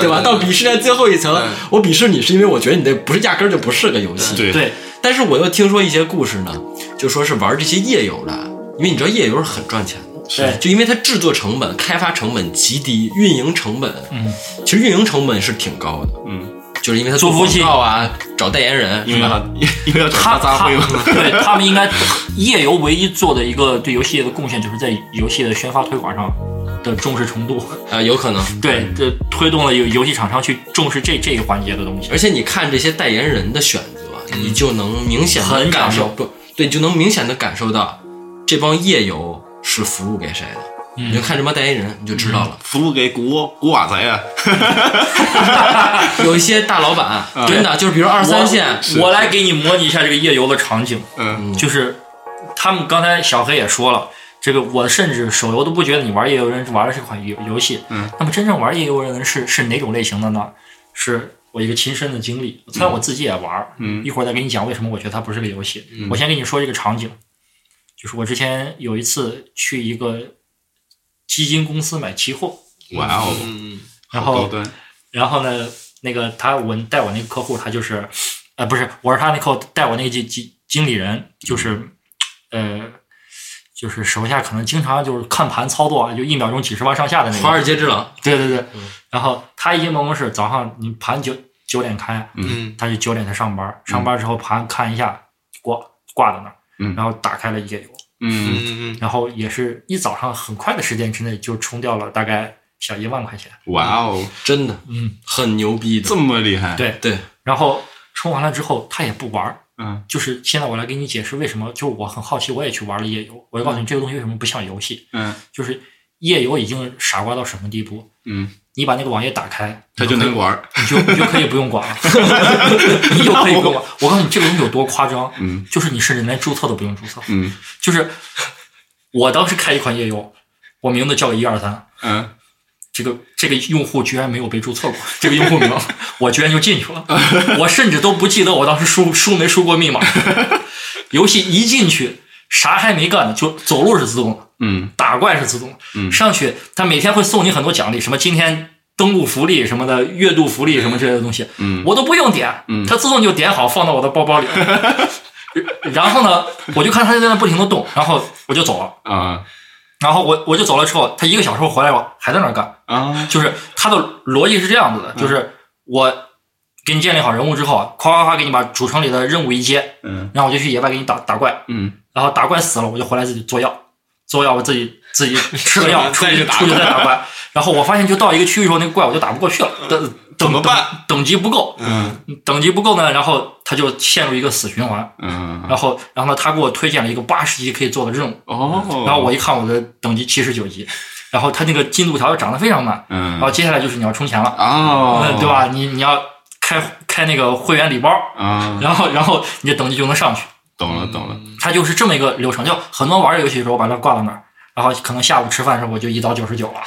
Speaker 1: 对吧？到鄙视链最后一层
Speaker 3: 对，
Speaker 1: 我鄙视你是因为我觉得你那不是压根儿就不是个游戏，
Speaker 2: 对
Speaker 4: 对，
Speaker 1: 但是我又听说一些故事呢，就说是玩这些页游的，因为你知道页游是很赚钱的，
Speaker 4: 对
Speaker 1: 就因为它制作成本、开发成本极低，运营成本，
Speaker 4: 嗯，
Speaker 1: 其实运营成本是挺高的，
Speaker 2: 嗯，
Speaker 1: 就是因为它
Speaker 4: 做服务器
Speaker 1: 广告啊，找代言人
Speaker 2: 因
Speaker 1: 是
Speaker 2: 为
Speaker 1: 吧？
Speaker 2: 要因为要找
Speaker 4: 他
Speaker 2: 大杂
Speaker 4: 他
Speaker 2: 烩嘛，
Speaker 4: 对他们应该页游唯一做的一个对游戏的贡献，就是在游戏的宣发推广上的重视程度，
Speaker 1: 啊，有可能。
Speaker 4: 对，这推动了游游戏厂商去重视这这一环节的东西。
Speaker 1: 而且你看这些代言人的选择，你就能明显的
Speaker 4: 嗯很
Speaker 1: 感
Speaker 4: 感
Speaker 1: 受
Speaker 4: 受
Speaker 1: 不对，你就能明显的感受到这帮页游是服务给谁的。
Speaker 4: 嗯
Speaker 1: 你就看这帮代言人，你就知道了。
Speaker 2: 服务给古古瓦仔啊，
Speaker 1: 有一些大 老板真的就是，比如二三线，
Speaker 4: 嗯啊我，我来给你模拟一下这个页游的场景，
Speaker 2: 嗯，
Speaker 4: 就是他们刚才小黑也说了。这个我甚至手游都不觉得你玩页游人玩的是款游游戏，
Speaker 2: 嗯，
Speaker 4: 那么真正玩页游人是是哪种类型的呢？是我一个亲身的经历，虽然我自己也玩儿，
Speaker 2: 嗯
Speaker 4: 一会儿再给你讲为什么我觉得它不是个游戏。我先跟你说这个场景，就是我之前有一次去一个基金公司买期货，
Speaker 2: 哇哦，
Speaker 3: 嗯
Speaker 4: 然
Speaker 2: 好高
Speaker 4: 后
Speaker 2: 端，
Speaker 4: 然后呢，那个他我带我那个客户，他就是，呃，不是，我是他那客户带我那个经经经理人，就是，
Speaker 2: 嗯
Speaker 4: 呃，就是手下可能经常就是看盘操作，啊就一秒钟几十万上下的那
Speaker 1: 华
Speaker 4: 个。
Speaker 1: 尔街之狼，
Speaker 4: 对对对。
Speaker 2: 嗯
Speaker 4: 然后他一进办公室，早上你盘九九点开，
Speaker 3: 嗯
Speaker 4: 他就九点才上班，上班之后盘看一下，挂挂在那儿，
Speaker 2: 嗯
Speaker 4: 然后打开了页游，
Speaker 2: 嗯
Speaker 3: 嗯嗯
Speaker 4: 然后也是一早上很快的时间之内就冲掉了大概小一万块钱，
Speaker 2: 哇哦，
Speaker 1: 真的
Speaker 4: 嗯，
Speaker 1: 很牛逼的
Speaker 2: 这。么厉害，
Speaker 4: 对，
Speaker 1: 对，
Speaker 4: 然后充完了之后他也不玩儿，
Speaker 2: 嗯
Speaker 4: 就是现在我来给你解释为什么，就是我很好奇，我也去玩了页游，我就告诉你这个东西为什么不像游戏，
Speaker 2: 嗯
Speaker 4: 就是页游已经傻瓜到什么地步，
Speaker 2: 嗯，
Speaker 4: 你把那个网页打开，
Speaker 2: 他就能玩儿，
Speaker 4: 你就 你就可以不用管了， 你就可以不用管。我告诉你这个东西有多夸张，
Speaker 2: 嗯
Speaker 4: 就是你甚至连注册都不用注册，
Speaker 2: 嗯
Speaker 4: 就是我当时开一款页游，我名字叫一二三，
Speaker 2: 嗯，
Speaker 4: 这个这个用户居然没有被注册过，这个用户名我居然就进去了，我甚至都不记得我当时输输没输过密码。游戏一进去，啥还没干呢，就走路是自动的，
Speaker 2: 嗯
Speaker 4: 打怪是自动的，
Speaker 2: 嗯
Speaker 4: 上去他每天会送你很多奖励，什么今天。登录福利什么的，月度福利什么之类的东西，
Speaker 2: 嗯
Speaker 4: 我都不用点，
Speaker 2: 嗯
Speaker 4: 它自动就点好放到我的包包里。 然后呢，我就看它在那不停的动，然后我就走了。
Speaker 2: 啊
Speaker 4: 然后我我就走了之后，他一个小时后回来，我还在那儿干。
Speaker 2: 啊，
Speaker 4: 就是他的逻辑是这样子的，就是我给你建立好人物之后，啊夸夸夸给你把主城里的任务一接，
Speaker 2: 嗯
Speaker 4: 然后我就去野外给你打打怪，
Speaker 2: 嗯
Speaker 4: 然后打怪死了，我就回来自己做药，做药我自己自己吃了药，出
Speaker 3: 再去
Speaker 4: 去
Speaker 3: 打
Speaker 4: 出去再打怪。然后我发现就到一个区域之后，那个怪我就打不过去了，等
Speaker 3: 怎
Speaker 4: 等
Speaker 3: 么办？
Speaker 4: 等级不够，
Speaker 2: 嗯
Speaker 4: 等级不够呢，然后他就陷入一个死循环。
Speaker 2: 嗯，
Speaker 4: 然后，然后呢，他给我推荐了一个八十级可以做的任务，
Speaker 2: 哦，
Speaker 4: 然后我一看我的等级七十九级，然后他那个进度条又涨得非常慢，
Speaker 2: 嗯
Speaker 4: 然后接下来就是你要充钱了，
Speaker 2: 哦
Speaker 4: 嗯，对？吧？你你要开开那个会员礼包，
Speaker 2: 啊，
Speaker 4: 然后然后你的等级就能上去，
Speaker 2: 懂了懂了，
Speaker 4: 它就是这么一个流程。就很多玩游戏的时候，我把它挂到那儿，然后可能下午吃饭的时候我就一刀九十九了。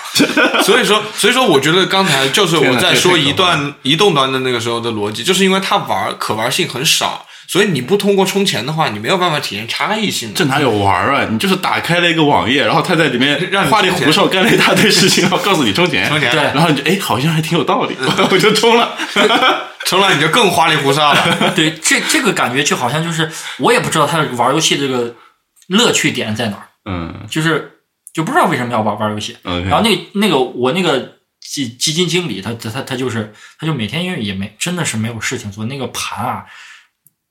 Speaker 3: 所以说，所以说，我觉得刚才就是我在说移段移动端的那个时候的逻辑，就是因为它玩可玩性很少，所以你不通过充钱的话，你没有办法体验差异性的。
Speaker 2: 这哪有玩儿啊？你就是打开了一个网页，然后他在里面
Speaker 3: 让你
Speaker 2: 花里
Speaker 3: 充钱
Speaker 2: 胡哨干了一大堆事情，然后告诉你充钱，
Speaker 3: 充钱，
Speaker 4: 对
Speaker 2: 然后你就哎，好像还挺有道理，
Speaker 4: 嗯
Speaker 2: 我就充了。
Speaker 3: 充了你就更花里胡哨 了。
Speaker 4: 对，这这个感觉就好像就是我也不知道他玩游戏这个乐趣点在哪儿，
Speaker 2: 嗯
Speaker 4: 就是就不知道为什么要玩玩游戏。
Speaker 2: ，OK，
Speaker 4: 然后那那个我那个基基金经理，他他他他就是他就每天因为也没真的是没有事情做，那个盘啊，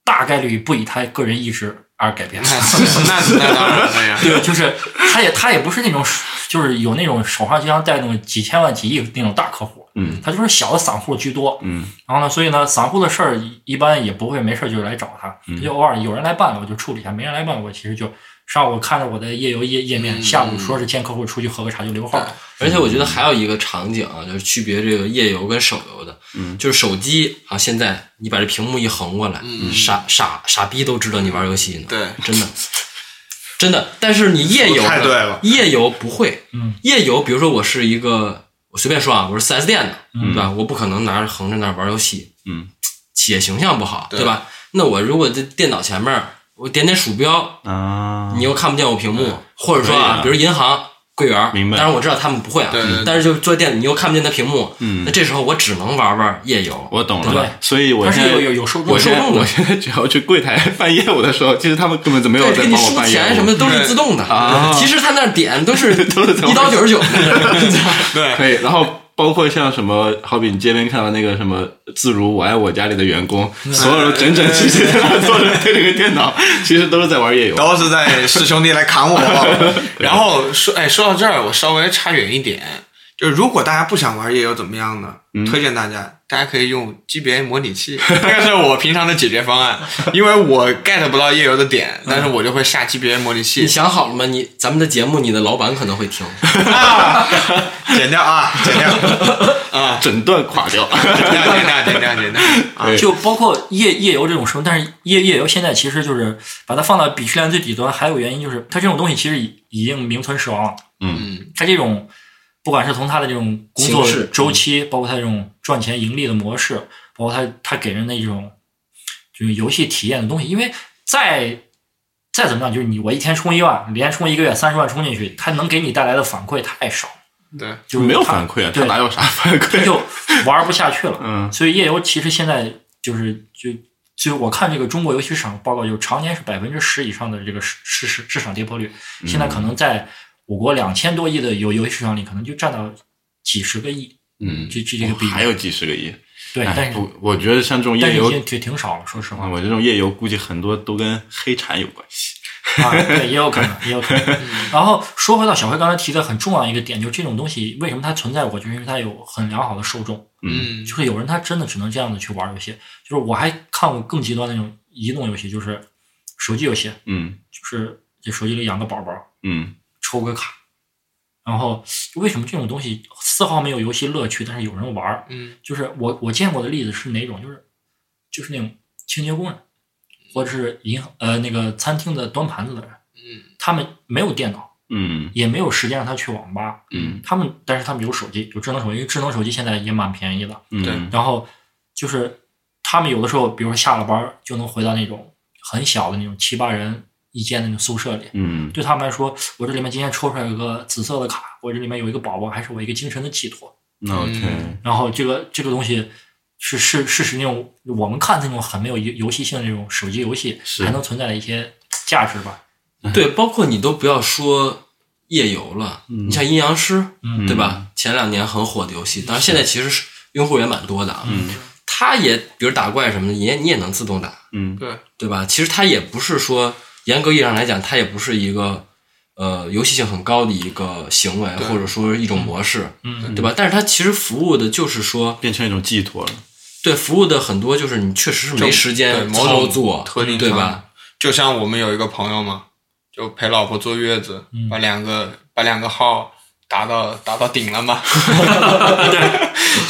Speaker 4: 大概率不以他个人意志而改编的。
Speaker 3: 那那当然了呀。
Speaker 4: 对，就是他也他也不是那种，就是有那种手上经常带那种几千万几亿那种大客户，
Speaker 2: 嗯
Speaker 4: 他就是小的散户居多。
Speaker 2: 嗯
Speaker 4: 然后呢，所以呢，散户的事儿一般也不会没事儿就来找他，
Speaker 2: 嗯
Speaker 4: 他就偶尔有人来办了，我就处理一下；没人来办，我其实就上午看着我的页游页页面，
Speaker 3: 嗯
Speaker 4: 下午说是见客户出去喝个茶就留个话。
Speaker 1: 而且我觉得还有一个场景啊，就是区别这个页游跟手游的，
Speaker 2: 嗯
Speaker 1: 就是手机啊，现在你把这屏幕一横过来，
Speaker 3: 嗯
Speaker 1: 傻傻傻逼都知道你玩游戏呢，
Speaker 3: 对，
Speaker 1: 真的，真的。但是你页游呢
Speaker 3: 太对了
Speaker 1: 页游不会，
Speaker 4: 嗯，
Speaker 1: 页游比如说我是一个，我随便说啊，我是4 S 店的，
Speaker 4: 嗯
Speaker 1: 对吧？我不可能拿着横着那儿玩游戏，
Speaker 2: 嗯
Speaker 1: 企业形象不好，
Speaker 3: 对
Speaker 1: 对吧？那我如果在电脑前面儿，我点点鼠标，
Speaker 2: 啊，
Speaker 4: 嗯
Speaker 1: 你又看不见我屏幕，或者说
Speaker 2: 可以啊
Speaker 1: 啊，比如银行柜员儿，
Speaker 2: 明白
Speaker 1: 当然我知道他们不会啊
Speaker 3: 对对对，
Speaker 1: 但是就坐电，你又看不见他屏幕，
Speaker 2: 嗯
Speaker 1: 那这时候我只能玩玩页游。
Speaker 2: 我懂
Speaker 4: 对
Speaker 2: 了，所以我
Speaker 4: 但
Speaker 2: 现
Speaker 4: 是
Speaker 2: 在
Speaker 4: 有有有受众
Speaker 2: 我
Speaker 1: 有
Speaker 2: 现在
Speaker 1: 受众
Speaker 2: 我
Speaker 1: 的
Speaker 2: 现在只要去柜台 办业务的时候，其实他们根本就没有
Speaker 1: 对，
Speaker 2: 在
Speaker 1: 给
Speaker 2: 帮
Speaker 1: 你
Speaker 2: 我
Speaker 1: 输
Speaker 2: 办业务
Speaker 1: 钱什么的都是自动的，
Speaker 2: 啊
Speaker 1: 其实他那点都是
Speaker 2: 都是在
Speaker 1: 一刀九十九。
Speaker 3: 对，
Speaker 2: 可以，然后包括像什么，好比你街边看到那个什么“自如我爱我家”里的员工，
Speaker 4: 嗯
Speaker 2: 所有人整整齐 齐的坐着对着个电脑，其实都是在玩夜游。
Speaker 3: 都是在师兄弟来砍我。然后说，哎，说到这儿，我稍微差远一点，就是如果大家不想玩夜游怎么样呢？推荐大家，大家可以用 GBA 模拟器，这个是我平常的解决方案，因为我 get 不到夜游的点，但是我就会下 GBA 模拟器
Speaker 1: 你，想好了吗？你咱们的节目，你的老板可能会听。
Speaker 3: 啊剪掉啊，剪掉，啊，
Speaker 2: 整段垮掉。
Speaker 3: 剪掉，剪掉，剪掉，剪掉，啊，
Speaker 2: 对
Speaker 4: 啊就包括页页游这种生，但是页页游现在其实就是把它放到鄙视链最底端，还有原因就是它这种东西其实已已经名存实亡了。
Speaker 3: 嗯，
Speaker 4: 它这种不管是从它的这种工作
Speaker 1: 形
Speaker 2: 嗯
Speaker 1: 式
Speaker 4: 周期，包括它这种赚钱盈利的模式，包括它它给人的一种就是游戏体验的东西，因为再再怎么样，就是你我一天充一万，连充一个月三十万充进去，它能给你带来的反馈太少，
Speaker 3: 对，
Speaker 4: 就是
Speaker 2: 没有
Speaker 4: 它
Speaker 2: 反馈啊，他
Speaker 4: 对
Speaker 2: 哪有啥反
Speaker 4: 他
Speaker 2: 馈？
Speaker 4: 就玩不下去了。
Speaker 2: 嗯
Speaker 4: 所以页游其实现在就是就就我看这个中国游戏市场报告，就常年是百分之十以上的这个市市市市场跌破率，现在可能在我国两千多亿的游游戏市场里，可能就占到几十个亿，
Speaker 2: 嗯，
Speaker 4: 这这这个比
Speaker 2: 还有几十个亿。
Speaker 4: 对，
Speaker 2: 哎
Speaker 4: 但是
Speaker 2: 我我觉得像这种
Speaker 4: 但
Speaker 2: 夜
Speaker 4: 是已
Speaker 2: 游，
Speaker 4: 经挺挺少了，说实话
Speaker 2: 啊，我这种夜游估计很多都跟黑产有关系。
Speaker 4: 啊，对，也有可能，也有可能。然后说回到小辉刚才提的很重要一个点，就是这种东西为什么它存在？我觉得因为它有很良好的受众，
Speaker 3: 嗯
Speaker 4: 就是有人他真的只能这样子去玩游戏。就是我还看过更极端的那种移动游戏，就是手机游戏，
Speaker 2: 嗯
Speaker 4: 就是这手机里养个宝宝，
Speaker 2: 嗯
Speaker 4: 抽个卡。然后为什么这种东西丝毫没有游戏乐趣，但是有人玩儿？
Speaker 3: 嗯，
Speaker 4: 就是我我见过的例子是哪种？就是就是那种清洁工人，或者是银行呃那个餐厅的端盘子的人，
Speaker 3: 嗯，
Speaker 4: 他们没有电脑，
Speaker 2: 嗯
Speaker 4: 也没有时间让他去网吧，
Speaker 2: 嗯
Speaker 4: 他们但是他们有手机，有智能手机，因为智能手机现在也蛮便宜的，
Speaker 2: 嗯，
Speaker 4: 然后就是他们有的时候，比如说下了班儿就能回到那种很小的那种七八人一间的那种宿舍里。
Speaker 2: 嗯
Speaker 4: 对他们来说，我这里面今天抽出来有个紫色的卡，我这里面有一个宝宝，还是我一个精神的寄托。
Speaker 2: 那 OK，
Speaker 4: 然后这个这个东西是是是使那种我们看那种很没有游游戏性的那种手机游戏，
Speaker 2: 是
Speaker 4: 还能存在的一些价值吧。
Speaker 1: 对，包括你都不要说页游了，你像阴阳师，
Speaker 4: 嗯
Speaker 1: 对吧？前两年很火的游戏，当然现在其实是用户也蛮多的啊。
Speaker 2: 嗯
Speaker 1: 它也比如打怪什么的，也你也能自动打，
Speaker 2: 嗯
Speaker 3: 对，
Speaker 1: 对吧？其实它也不是说严格意义上来讲，它也不是一个呃游戏性很高的一个行为，
Speaker 3: 对
Speaker 1: 或者说一种模式，
Speaker 4: 嗯，
Speaker 1: 对吧？但是它其实服务的就是说，
Speaker 2: 变成一种寄托了。
Speaker 1: 对服务的很多就是你确实是没时
Speaker 3: 对
Speaker 1: 间
Speaker 3: 某
Speaker 1: 操
Speaker 3: 种
Speaker 1: 作，
Speaker 3: 特定
Speaker 1: 对
Speaker 3: 场
Speaker 1: 吧？
Speaker 3: 就像我们有一个朋友嘛，就陪老婆坐月子，
Speaker 4: 嗯
Speaker 3: 把两个把两个号打到打到顶了嘛，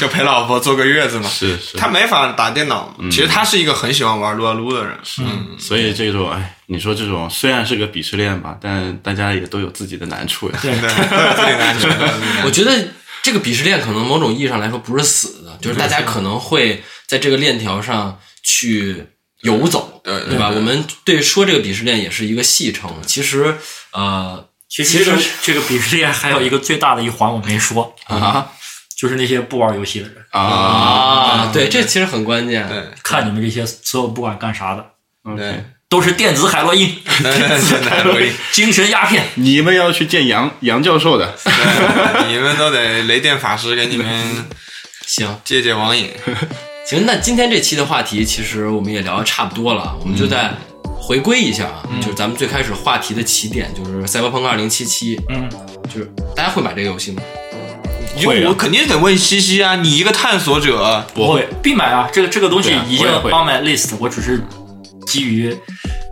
Speaker 3: 就陪老婆坐个月子嘛。
Speaker 2: 是是，
Speaker 3: 他没法打电脑嘛，其实他是一个很喜欢玩撸啊撸的人，嗯，
Speaker 2: 所以这种哎，你说这种虽然是个鄙视链吧，但大家也都有自己的难处呀。
Speaker 4: 对
Speaker 3: 对，都有自己的安全都有自己的安全
Speaker 1: 我觉得这个鄙视链可能某种意义上来说不是死的，就是大家可能会在这个链条上去游走，
Speaker 3: 对对
Speaker 1: 对吧？
Speaker 3: 对
Speaker 1: 我们对说这个鄙视链也是一个戏称，其实呃
Speaker 4: 其实这个这个鄙视链还有一个最大的一环我没说，
Speaker 2: 啊
Speaker 4: 就是那些不玩游戏的人，
Speaker 2: 啊
Speaker 1: 啊，对，这其实很关键。
Speaker 3: 对
Speaker 4: 看你们这些所有不管干啥的，
Speaker 3: 对
Speaker 2: ！OK，
Speaker 4: 都是电子海洛因、
Speaker 3: 对对对对对
Speaker 4: 精神鸦片。
Speaker 2: 你们要去见杨杨教授的。
Speaker 3: 对，你们都得雷电法师给你们
Speaker 1: 行
Speaker 3: 戒戒网瘾，
Speaker 4: 嗯
Speaker 1: 行，那今天这期的话题其实我们也聊得差不多了，我们就在回归一下啊，就是咱们最开始话题的起点，就是《赛博朋克2077》，
Speaker 4: 嗯，
Speaker 1: 就是大家会买这个游戏吗？
Speaker 3: 你就
Speaker 2: 会啊
Speaker 3: 我肯定得问西西啊，你一个探索者，
Speaker 2: 我会，
Speaker 4: 必买啊！这个这个东西
Speaker 2: 对啊
Speaker 4: 已经
Speaker 2: 我也会
Speaker 4: on my list，我只是基于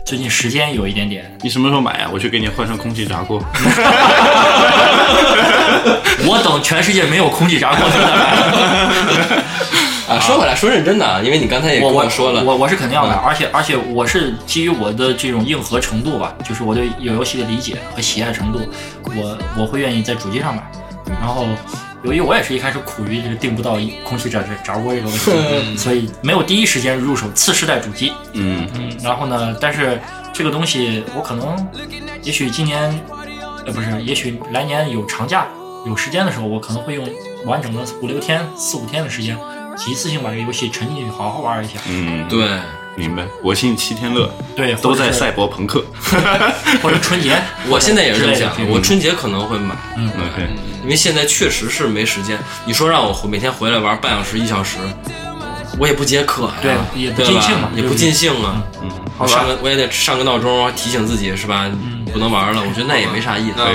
Speaker 4: 最近时间有一点点，
Speaker 2: 你什么时候买啊？我去给你换上空气炸锅。
Speaker 4: 我等全世界没有空气炸锅 再买。
Speaker 1: 啊，说回来，说认真的啊，因为你刚才也跟
Speaker 4: 我我
Speaker 1: 说了，嗯
Speaker 4: 我我是肯定要买，而且而且我是基于我的这种硬核程度吧，就是我对游戏的理解和喜爱程度，我我会愿意在主机上买。然后，由于我也是一开始苦于这个订不到空气炸炸锅这个问题，所以没有第一时间入手次世代主机。
Speaker 2: 嗯，
Speaker 4: 嗯，然后呢，但是这个东西我可能，也许今年，呃，不是，也许来年有长假、有时间的时候，我可能会用完整的五六天、四五天的时间，一次性把这个游戏沉浸进去，好好玩一下。
Speaker 2: 嗯，
Speaker 1: 对，，
Speaker 2: 明白。国庆七天乐
Speaker 4: 对，
Speaker 2: 都
Speaker 4: 或者
Speaker 2: 在
Speaker 4: 是
Speaker 2: 赛博朋克。
Speaker 4: 或者春节
Speaker 1: 我现在也是这么想
Speaker 4: 之类
Speaker 1: 的，
Speaker 4: 的
Speaker 1: 我春节可能会买，
Speaker 4: 嗯
Speaker 2: OK，
Speaker 1: 因为现在确实是没时间。你说让我每天回来玩半小时一小时，我也不接客呀、
Speaker 4: 对也不尽兴
Speaker 1: 嘛
Speaker 4: 嘛，嗯
Speaker 1: 也不尽兴啊。
Speaker 3: 好
Speaker 1: 上
Speaker 3: 吧？
Speaker 1: 个我也得上个闹钟提醒自己是吧？
Speaker 4: 嗯
Speaker 1: 不能玩了，我觉得那也没啥意思。
Speaker 3: 那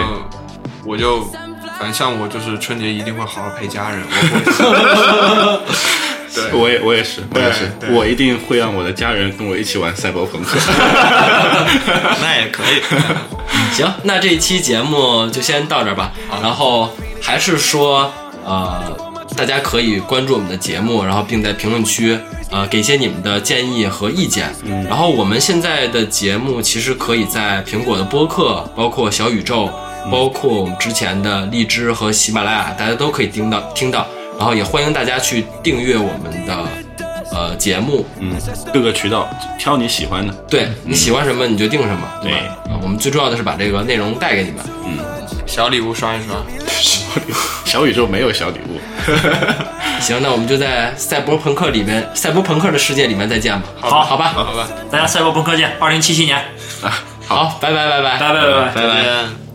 Speaker 3: 我就反正像我就是春节一定会好好陪家人，我会。对，
Speaker 2: 我也我也是，我也是，
Speaker 3: 对
Speaker 2: 我一定会让我的家人跟我一起玩赛博朋克。
Speaker 3: 那也可以。
Speaker 1: 行，那这一期节目就先到这儿吧。然后还是说，呃，大家可以关注我们的节目，然后并在评论区呃给一些你们的建议和意见。然后我们现在的节目其实可以在苹果的播客，包括小宇宙，包括我们之前的荔枝和喜马拉雅，大家都可以听到听到。然后也欢迎大家去订阅我们的呃节目，
Speaker 2: 嗯，各个渠道挑你喜欢的。
Speaker 1: 对你喜欢什么你就定什么，对吧？
Speaker 2: 对
Speaker 1: 啊我们最重要的是把这个内容带给你们。
Speaker 3: 小礼物刷一刷，
Speaker 2: 小宇宙没有小礼物。
Speaker 1: 行，那我们就在赛博朋克里面，赛博朋克的世界里面再见吧。
Speaker 4: 好
Speaker 1: 好吧，
Speaker 3: 好吧，
Speaker 4: 大家赛博朋克见，二零七七年，
Speaker 1: 好，拜拜，拜拜，
Speaker 4: 拜拜拜拜。
Speaker 1: 拜拜
Speaker 3: 再见